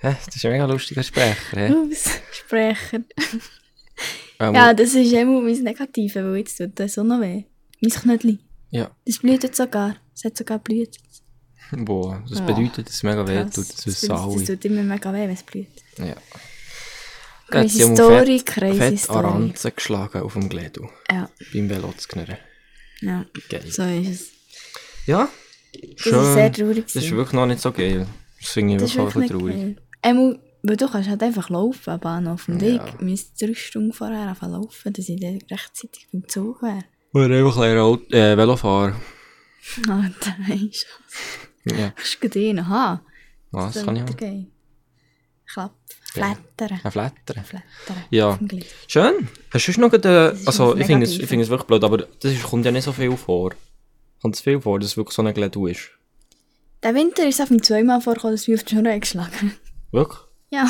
Speaker 3: Hä, Das ist ein mega lustiger Sprecher. hä?
Speaker 2: ups, Sprecher.
Speaker 3: Ähm,
Speaker 2: Mhm. Ja, dus das ist immer mein Negatives, weil jetzt tut das auch noch weh. Mein Knödel.
Speaker 3: ja.
Speaker 2: Das blutet sogar. Es hat sogar blüht.
Speaker 3: Boah, das
Speaker 2: Oh.
Speaker 3: bedeutet, dass es mega weh tut, das
Speaker 2: das,
Speaker 3: wissen
Speaker 2: das
Speaker 3: alle.
Speaker 2: tut immer mega weh, wenn es blüht.
Speaker 3: Ja.
Speaker 2: Crazy
Speaker 3: Sie haben
Speaker 2: Story,
Speaker 3: fett-
Speaker 2: crazy
Speaker 3: fett
Speaker 2: Story.
Speaker 3: an Ranzen geschlagen auf dem Glädel,
Speaker 2: Ja,
Speaker 3: beim Velo zu knurren.
Speaker 2: ja.
Speaker 3: Geil.
Speaker 2: So ist es.
Speaker 3: Ja, schön.
Speaker 2: Das ist sehr traurig.
Speaker 3: Das ist
Speaker 2: gewesen.
Speaker 3: wirklich noch nicht so geil. Das finde ich
Speaker 2: Das ist
Speaker 3: wirklich auch ein
Speaker 2: wirklich
Speaker 3: bisschen traurig.
Speaker 2: nicht geil. Einmal, weil du kannst halt einfach laufen am Bahnhof. Und
Speaker 3: Ja.
Speaker 2: ich müsste drei Stunden vorher anfangen laufen, dass ich dann rechtzeitig beim Zug wäre.
Speaker 3: Oder einfach ein bisschen Auto- äh, Velofahrer.
Speaker 2: Alter, weisst du.
Speaker 3: Ja,
Speaker 2: Kannst du gleich einen haben?
Speaker 3: was kann ich haben?
Speaker 2: haben. Klapp.
Speaker 3: Ja.
Speaker 2: Flattern.
Speaker 3: Ein Flattern.
Speaker 2: Flattern.
Speaker 3: Ja.
Speaker 2: Auf dem Glied.
Speaker 3: Schön. Hast du sonst noch gerade,
Speaker 2: ist
Speaker 3: äh, also
Speaker 2: ein
Speaker 3: ich finde es,
Speaker 2: Negativ.
Speaker 3: ich finde es wirklich blöd, aber das ist, kommt ja nicht so viel vor. Kommt es viel vor, dass es wirklich so ein Glädu ist?
Speaker 2: Der Winter ist auf dem zweimal vorgekommen, dass wir auf die Schnur geschlagen
Speaker 3: Wirklich?
Speaker 2: Ja.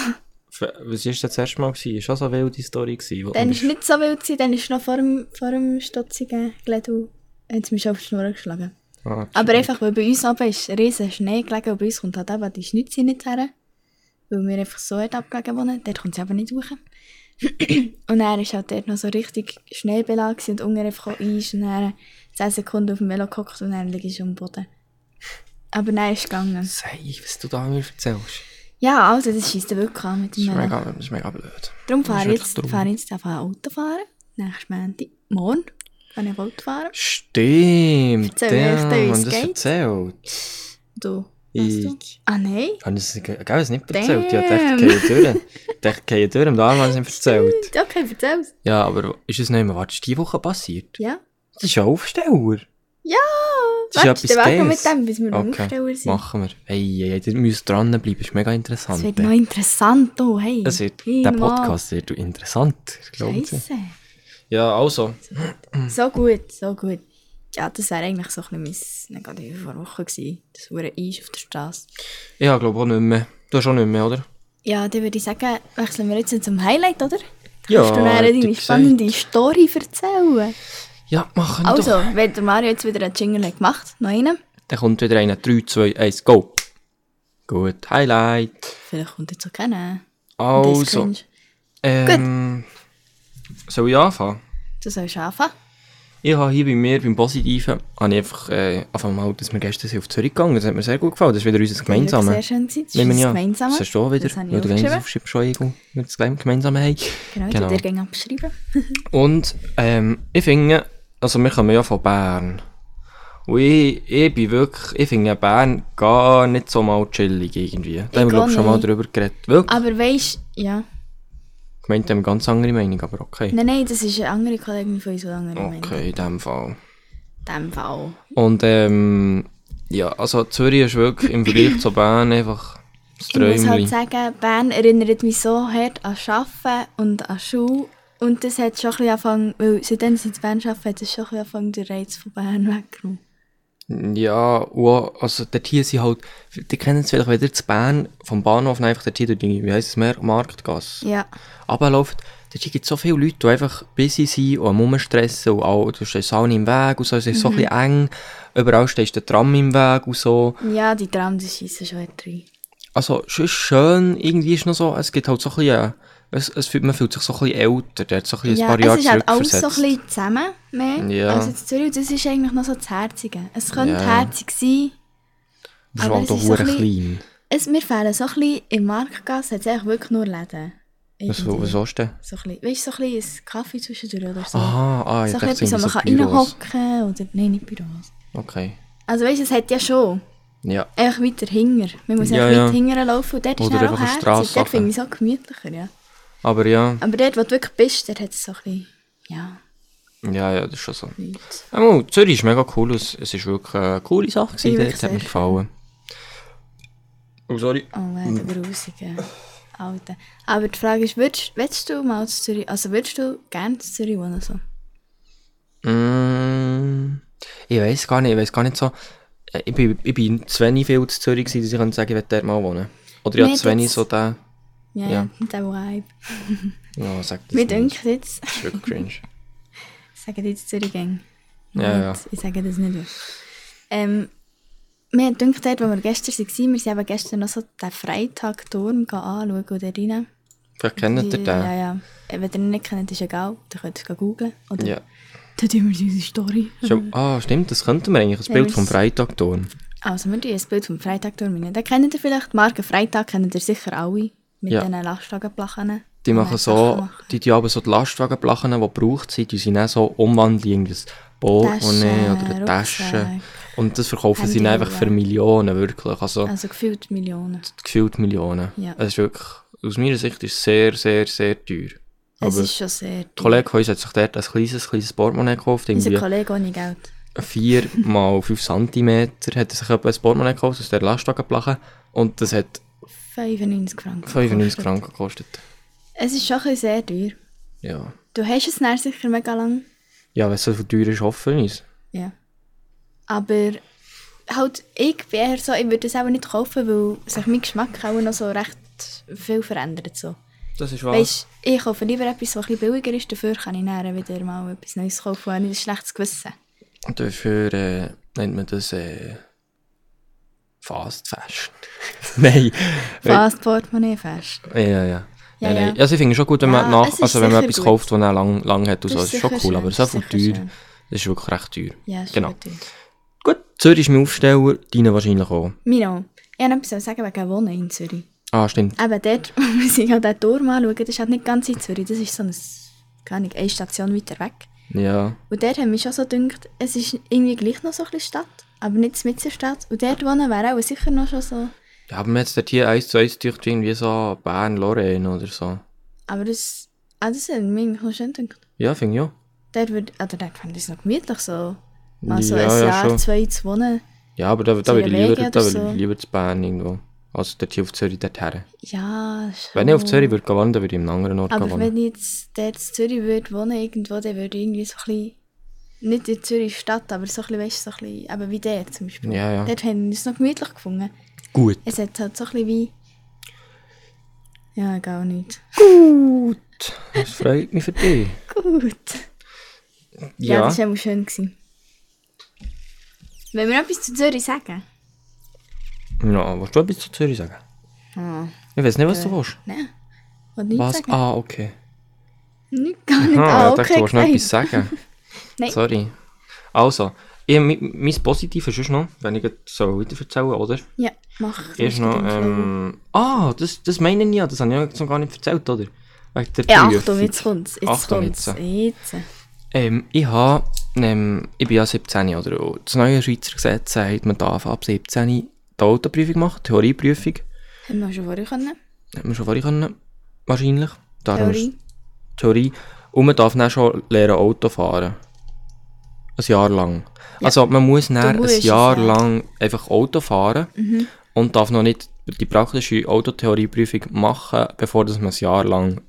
Speaker 3: F- Was war das erste Mal? Gewesen? Ist das eine wilde Story? Gewesen, wo
Speaker 2: Dann
Speaker 3: du
Speaker 2: war es nicht so wild, gewesen, dann ist noch vor dem, vor dem stotzigen Glädel hat es mich auf die Schnur geschlagen.
Speaker 3: bist- Ah,
Speaker 2: Aber einfach, weil bei uns oben ist riesen Schnee gelegen und bei uns kommt halt eben die Schnitze nicht her. Weil wir einfach so hat abgelegen wohnen, dort kommt sie eben nicht hoch. und dann war halt dort noch so richtig Schneebelag gewesen und unten einfach auch Eis und dann 10 Sekunden auf dem Velo gehockt und dann liege ich am Boden. Aber nein, ist gegangen.
Speaker 3: Sei, was du da mir erzählst.
Speaker 2: Ja, also das schießt wirklich an mit
Speaker 3: Das ist,
Speaker 2: dem Velo.
Speaker 3: mega, das ist mega blöd.
Speaker 2: Darum
Speaker 3: das ist
Speaker 2: fahre ich jetzt,
Speaker 3: wirklich
Speaker 2: fahr ich jetzt einfach Auto fahren. Nächstes Montag, morgen, kann ich Auto fahren.
Speaker 3: Stimmt,
Speaker 2: Erzähl mir
Speaker 3: damn,
Speaker 2: echt, wie es
Speaker 3: haben das
Speaker 2: geht.
Speaker 3: erzählt.
Speaker 2: Du, weißt du?
Speaker 3: Ich...
Speaker 2: Ah nein,
Speaker 3: Haben das ge- gell, es nicht erzählt? Ja, der
Speaker 2: Damn.
Speaker 3: geht durch. Der geht durch, am Darm haben sie ihm erzählt.
Speaker 2: okay, erzähl's.
Speaker 3: Ja, aber ist es nicht mehr, was ist diese Woche passiert?
Speaker 2: Ja.
Speaker 3: Das ist ein Aufsteller.
Speaker 2: Ja!
Speaker 3: Das ist
Speaker 2: Warte,
Speaker 3: etwas
Speaker 2: dann warten wir
Speaker 3: Geiles.
Speaker 2: mit dem, bis wir beim
Speaker 3: Okay,
Speaker 2: Aufsteller sind.
Speaker 3: Machen wir. Hey, hey, hey, ihr müsst dranbleiben, ist mega interessant.
Speaker 2: Es wird noch nou interessant, oh, hey.
Speaker 3: Es wird,
Speaker 2: hey,
Speaker 3: der
Speaker 2: Mann.
Speaker 3: Podcast wird interessant, glaubt ihr?
Speaker 2: Scheisse. Hm.
Speaker 3: Ja, also.
Speaker 2: So gut, so gut. Ja, das wäre eigentlich so ein bisschen mein Negativ vor Woche gewesen. Das hure Eis auf der Straße.
Speaker 3: Ich glaube auch nicht mehr. Du hast auch nicht mehr, oder?
Speaker 2: Ja, dann würde ich sagen, wechseln wir jetzt zum Highlight, oder? Dann
Speaker 3: Ja,
Speaker 2: Kannst du dann
Speaker 3: hätte ich
Speaker 2: deine spannende Story erzählen?
Speaker 3: Ja, machen wir
Speaker 2: Also,
Speaker 3: doch.
Speaker 2: wenn der Mario jetzt wieder einen Jingle hat gemacht noch einen.
Speaker 3: Dann kommt wieder einer. 3, 2, 1, go! Gut, Highlight.
Speaker 2: Vielleicht kommt jetzt auch keiner. Das ist
Speaker 3: Also,
Speaker 2: cringe.
Speaker 3: ähm... Soll ich anfangen?
Speaker 2: Du sollst anfangen.
Speaker 3: Ich habe hier bei mir, beim Positiven, habe ich einfach äh, angefangen mal, dass wir gestern sind auf Zürich gegangen Das hat mir sehr gut gefallen. Das ist wieder unser gemeinsames.
Speaker 2: Sehr schön gewesen. Das ist
Speaker 3: Nehmen wir
Speaker 2: das
Speaker 3: ja.
Speaker 2: Gemeinsame.
Speaker 3: Das hast du auch wieder.
Speaker 2: Das habe ich
Speaker 3: weil du
Speaker 2: aufgeschrieben.
Speaker 3: gerne aufschreibst, schon irgendwo, wenn wir das gleiche gemeinsam haben.
Speaker 2: Genau, ich tu dir gerne abschreiben.
Speaker 3: Und ähm, ich finde, also wir kommen ja von Bern. Und ich, ich bin wirklich, ich finde Bern gar nicht so mal chillig irgendwie. Da haben wir
Speaker 2: gar
Speaker 3: glaub ich, schon mal
Speaker 2: nicht.
Speaker 3: drüber geredet. Wirklich?
Speaker 2: Aber weisst ja.
Speaker 3: Ich meinte, haben eine ganz andere Meinung, aber okay.
Speaker 2: Nein, nein, das ist eine andere Kollegin von uns, die andere meint.
Speaker 3: Okay, in dem Fall.
Speaker 2: In dem Fall.
Speaker 3: Und ähm, ja, also Zürich ist wirklich im Vergleich zu Bern einfach das
Speaker 2: Ich muss halt
Speaker 3: Träumchen.
Speaker 2: sagen, Bern erinnert mich so hart an Arbeiten und an Schule. Und das hat schon ein bisschen angefangen, weil seitdem sie in Bern arbeiten, hat es schon ein bisschen angefangen, den Reiz von Bern weggenommen.
Speaker 3: Ja, und auch- also dort hier sind halt, die kennen es vielleicht, wenn ihr zu Bern vom Bahnhof einfach dort hier durch die, wie heisst es mehr, Marktgasse.
Speaker 2: Ja.
Speaker 3: runterläuft, dort gibt es so viele Leute, die einfach busy sind und am Rumstressen und auch, du stehst allen im Weg und so, es ist so ein bisschen
Speaker 2: Mhm.
Speaker 3: eng, überall stehst der Tram im Weg und so.
Speaker 2: Ja, die Traum, die schießen schon hart rein.
Speaker 3: Also, schon schön, irgendwie ist noch so, es gibt halt so ein bisschen, äh, es, es fühlt, man fühlt sich so ein bisschen älter, der hat so ein, bisschen ein
Speaker 2: Ja,
Speaker 3: paar
Speaker 2: es
Speaker 3: Jahre
Speaker 2: ist halt alles so ein
Speaker 3: zurückversetzt.
Speaker 2: bisschen zusammen mehr.
Speaker 3: Ja.
Speaker 2: Also in Zürich, und das ist eigentlich noch so das Herzige. Es könnte
Speaker 3: Ja.
Speaker 2: herzig sein,
Speaker 3: Das ist
Speaker 2: aber
Speaker 3: halt
Speaker 2: es
Speaker 3: auch
Speaker 2: ist so ein
Speaker 3: hure
Speaker 2: bisschen-
Speaker 3: klein.
Speaker 2: Es, mir fehlen so ein bisschen, im Marktgasse hat es eigentlich wirklich nur Läden.
Speaker 3: Was,
Speaker 2: Irgendwie.
Speaker 3: was hast du denn?
Speaker 2: So ein bisschen, weißt du, so ein bisschen ein Kaffee zwischendurch oder so.
Speaker 3: Aha, ah, ich
Speaker 2: so ein
Speaker 3: dachte,
Speaker 2: bisschen etwas, wo
Speaker 3: sind
Speaker 2: man
Speaker 3: so
Speaker 2: kann
Speaker 3: Büros.
Speaker 2: reinhocken kann oder... Nein, nicht Büros.
Speaker 3: Okay.
Speaker 2: Äh, Also weißt du, es hat ja schon.
Speaker 3: Ja.
Speaker 2: Einfach weiter hinger. Man muss
Speaker 3: Ja,
Speaker 2: einfach
Speaker 3: ja. Oh,
Speaker 2: weiter hinger laufen und dort
Speaker 3: Oder
Speaker 2: ist dann auch
Speaker 3: einfach eine
Speaker 2: herzig.
Speaker 3: Strasse
Speaker 2: Dort finde
Speaker 3: runter.
Speaker 2: ich es auch gemütlicher, ja.
Speaker 3: Aber ja,
Speaker 2: Aber dort, wo du wirklich bist, dort hat es so ein bisschen, ja,
Speaker 3: ja, ja, das ist schon so.
Speaker 2: nichts.
Speaker 3: Einmal, Zürich ist mega cool. Es es ist wirklich eine coole Sache.
Speaker 2: Ja,
Speaker 3: gewesen.
Speaker 2: wirklich
Speaker 3: Dort hat mir
Speaker 2: sehr
Speaker 3: gefallen. Oh, sorry.
Speaker 2: Oh, äh, der grusige Alte. Aber die Frage ist, würdest, willst du mal zu Zürich, also würdest du gerne zu Zürich wohnen? So?
Speaker 3: Mm, ich weiß gar nicht, ich weiß gar nicht so. Äh, Ich bin, ich bin zu wenig viel zu Zürich, gewesen, dass ich könnte sagen, ich will dort mal wohnen. Oder ja,
Speaker 2: Mir
Speaker 3: zu wenig
Speaker 2: jetzt-
Speaker 3: so der...
Speaker 2: Ja,
Speaker 3: Ja.
Speaker 2: ja. der Vibe.
Speaker 3: Ja, sag das
Speaker 2: Mir
Speaker 3: nicht.
Speaker 2: denkt jetzt,
Speaker 3: Das ist wirklich cringe.
Speaker 2: sagen jetzt Zürich Gang.
Speaker 3: Ja, ja.
Speaker 2: Ich sage das nicht wirklich. Ähm, mir denkt dort, wo wir gestern waren, wir sind eben gestern noch so den Freitag-Turm anschauen und da rein.
Speaker 3: Vielleicht kennt ihr den.
Speaker 2: Ja, ja. Äh, Wenn ihr ihn nicht kennt, ist egal. Dann könnt ihr es googlen. Oder
Speaker 3: Ja.
Speaker 2: dann tun wir uns unsere Story.
Speaker 3: Schon- Ah, stimmt, das könnten wir eigentlich. Ein Bild
Speaker 2: wir
Speaker 3: vom
Speaker 2: s-
Speaker 3: Freitag tun.
Speaker 2: Also, wir tun ein Bild vom Freitag rein. Den kennt ihr vielleicht. Marken Freitag kennt ihr sicher alle. Mit
Speaker 3: Ja.
Speaker 2: diesen Lastwagenplachen.
Speaker 3: Die
Speaker 2: wo
Speaker 3: machen
Speaker 2: man
Speaker 3: so,
Speaker 2: Sachen machen.
Speaker 3: die tun aber so die Lastwagenplachen, die gebraucht sind, die sind dann so umwandeln, irgendwie ein Portemonnaie
Speaker 2: Taschen,
Speaker 3: oder eine Tasche.
Speaker 2: Rucksack.
Speaker 3: Und das verkaufen sie
Speaker 2: Handy,
Speaker 3: dann einfach
Speaker 2: ja.
Speaker 3: für Millionen, wirklich. Also
Speaker 2: Also, gefühlt Millionen.
Speaker 3: gefühlt Millionen.
Speaker 2: Ja.
Speaker 3: Es ist wirklich, aus meiner Sicht ist es sehr, sehr, sehr teuer.
Speaker 2: Es
Speaker 3: Aber
Speaker 2: ist schon sehr.
Speaker 3: die Kollege von uns hat sich dort ein kleines, kleines Portemonnaie gekauft,
Speaker 2: Unser
Speaker 3: irgendwie
Speaker 2: Kollege ohne Geld.
Speaker 3: 4 mal 5 cm hat er sich etwa ein Portemonnaie gekauft aus der Lastwagenplache und das hat
Speaker 2: 95 Franken.
Speaker 3: 95
Speaker 2: gekostet.
Speaker 3: Franken gekostet.
Speaker 2: Es ist schon ein bisschen sehr teuer.
Speaker 3: Ja.
Speaker 2: Du hast es dann sicher mega lang.
Speaker 3: Ja, wenn es so teuer ist, hoffen wir es.
Speaker 2: Ja. Aber halt, ich bin eher so, ich würde es auch nicht kaufen, weil sich mein Geschmack auch noch so recht viel verändert. So.
Speaker 3: Das ist
Speaker 2: Weißt ich kaufe lieber etwas, was ein bisschen billiger ist, dafür kann ich nachher wieder mal etwas Neues kaufen, ohne ein schlechtes Gewissen.
Speaker 3: Dafür äh, nennt man das äh, Fast Fashion. nein.
Speaker 2: Fast Portemonnaie fest.
Speaker 3: Ja, ja, ja.
Speaker 2: Ja,
Speaker 3: nein, nein.
Speaker 2: ja.
Speaker 3: Also ich finde es schon gut, wenn man
Speaker 2: Ja,
Speaker 3: nach,
Speaker 2: es ist
Speaker 3: also wenn man
Speaker 2: sicher
Speaker 3: etwas
Speaker 2: gut.
Speaker 3: kauft, das dann lang, lang hat und
Speaker 2: Das
Speaker 3: so,
Speaker 2: ist
Speaker 3: das ist schon
Speaker 2: sicher
Speaker 3: cool,
Speaker 2: schön,
Speaker 3: aber so
Speaker 2: das
Speaker 3: viel
Speaker 2: ist
Speaker 3: teuer,
Speaker 2: sicher
Speaker 3: das
Speaker 2: schön.
Speaker 3: ist wirklich recht teuer.
Speaker 2: Ja, ist
Speaker 3: Genau.
Speaker 2: schon teuer.
Speaker 3: Gut, Zürich ist mein Aufsteller, deine wahrscheinlich auch.
Speaker 2: Mino, ich wollte etwas sagen wegen Wohnen in Zürich.
Speaker 3: Ah, stimmt.
Speaker 2: Eben dort, wo wir sich halt den Turm anschauen, das ist halt nicht ganz in Zürich, das ist so ein, keine Ahnung, eine Station weiter weg.
Speaker 3: Ja,
Speaker 2: Und dort hat mich schon so gedacht, es ist irgendwie gleich noch so ein bisschen Stadt, aber nicht mitten in der Stadt. Und dort wohnen wäre auch sicher noch schon so.
Speaker 3: ja aber man hat dort hier eins zu eins gedacht, irgendwie so Bern, Lorraine oder so.
Speaker 2: Aber das, ah, das hat mir eigentlich noch schön gedacht.
Speaker 3: Ja, finde ich auch.
Speaker 2: Dort würde, also dort fände ich es noch gemütlich, so mal so
Speaker 3: Ja,
Speaker 2: ein
Speaker 3: ja,
Speaker 2: Jahr,
Speaker 3: schon.
Speaker 2: zwei zu wohnen.
Speaker 3: Ja, aber da, da
Speaker 2: Zu
Speaker 3: würde ich lieber,
Speaker 2: Norwegen
Speaker 3: da
Speaker 2: oder
Speaker 3: würde ich
Speaker 2: so.
Speaker 3: lieber zu Bern irgendwo. Also dort hier auf Zürich dorthin.
Speaker 2: Ja, schon.
Speaker 3: Wenn ich auf Zürich würde gehen wandern, würde ich in einem anderen Ort
Speaker 2: Oh. Aber
Speaker 3: gehen wandern.
Speaker 2: wenn ich jetzt dort in Zürich würde wohnen, irgendwo, dann würde ich irgendwie so ein bisschen, nicht in Zürich Stadt, aber so ein bisschen, weißt du, so ein bisschen, eben wie der zum Beispiel.
Speaker 3: Ja, ja.
Speaker 2: Dort haben wir es noch gemütlich gefunden.
Speaker 3: Gut.
Speaker 2: Es hat halt so ein bisschen wie, ja, gar nicht.
Speaker 3: Das freut mich für dich.
Speaker 2: Gut. Ja,
Speaker 3: Ja.
Speaker 2: das war auch schön. Gewesen. Wenn wir etwas zu Zürich sagen?
Speaker 3: Ja, willst du etwas zu Zürich sagen?
Speaker 2: Ah,
Speaker 3: Ich weiß nicht, was du willst.
Speaker 2: nein. Und nichts
Speaker 3: Was?
Speaker 2: sagen?
Speaker 3: Ah, okay.
Speaker 2: Nicht, gar nicht.
Speaker 3: Ah,
Speaker 2: Ah,
Speaker 3: ich dachte, du
Speaker 2: okay.
Speaker 3: willst noch etwas
Speaker 2: gesagt.
Speaker 3: sagen.
Speaker 2: Nein.
Speaker 3: Sorry. Also, ich, mi- mein Positives ist noch, wenn ich jetzt so weiter erzählen oder?
Speaker 2: Ja, mach.
Speaker 3: Ist noch, ähm, ah, das, das meine ich ja, das habe ich jetzt noch gar nicht erzählt, oder? Wegen der
Speaker 2: Ja,
Speaker 3: Prüfung.
Speaker 2: Achtung, jetzt kommt's. Jetzt
Speaker 3: Achtung,
Speaker 2: kommt's.
Speaker 3: jetzt.
Speaker 2: Jetzt.
Speaker 3: Ähm, ich habe, ähm, ich bin ja 17, oder? Und Das neue Schweizer Gesetz sagt, man darf ab 17 die Autoprüfung machen, Theorieprüfung.
Speaker 2: Haben wir schon vorher können.
Speaker 3: Hätten wir schon vorher können, wahrscheinlich. Darum ist-
Speaker 2: Theorie.
Speaker 3: Theorie. Und man darf dann schon lernen, Auto fahren. Ein Jahr lang. Also man muss dann ein
Speaker 2: musst es Mhm.
Speaker 3: Jahr
Speaker 2: lernen.
Speaker 3: lang einfach Auto fahren und darf noch nicht die praktische Autotheorieprüfung machen, bevor das man ein Jahr lang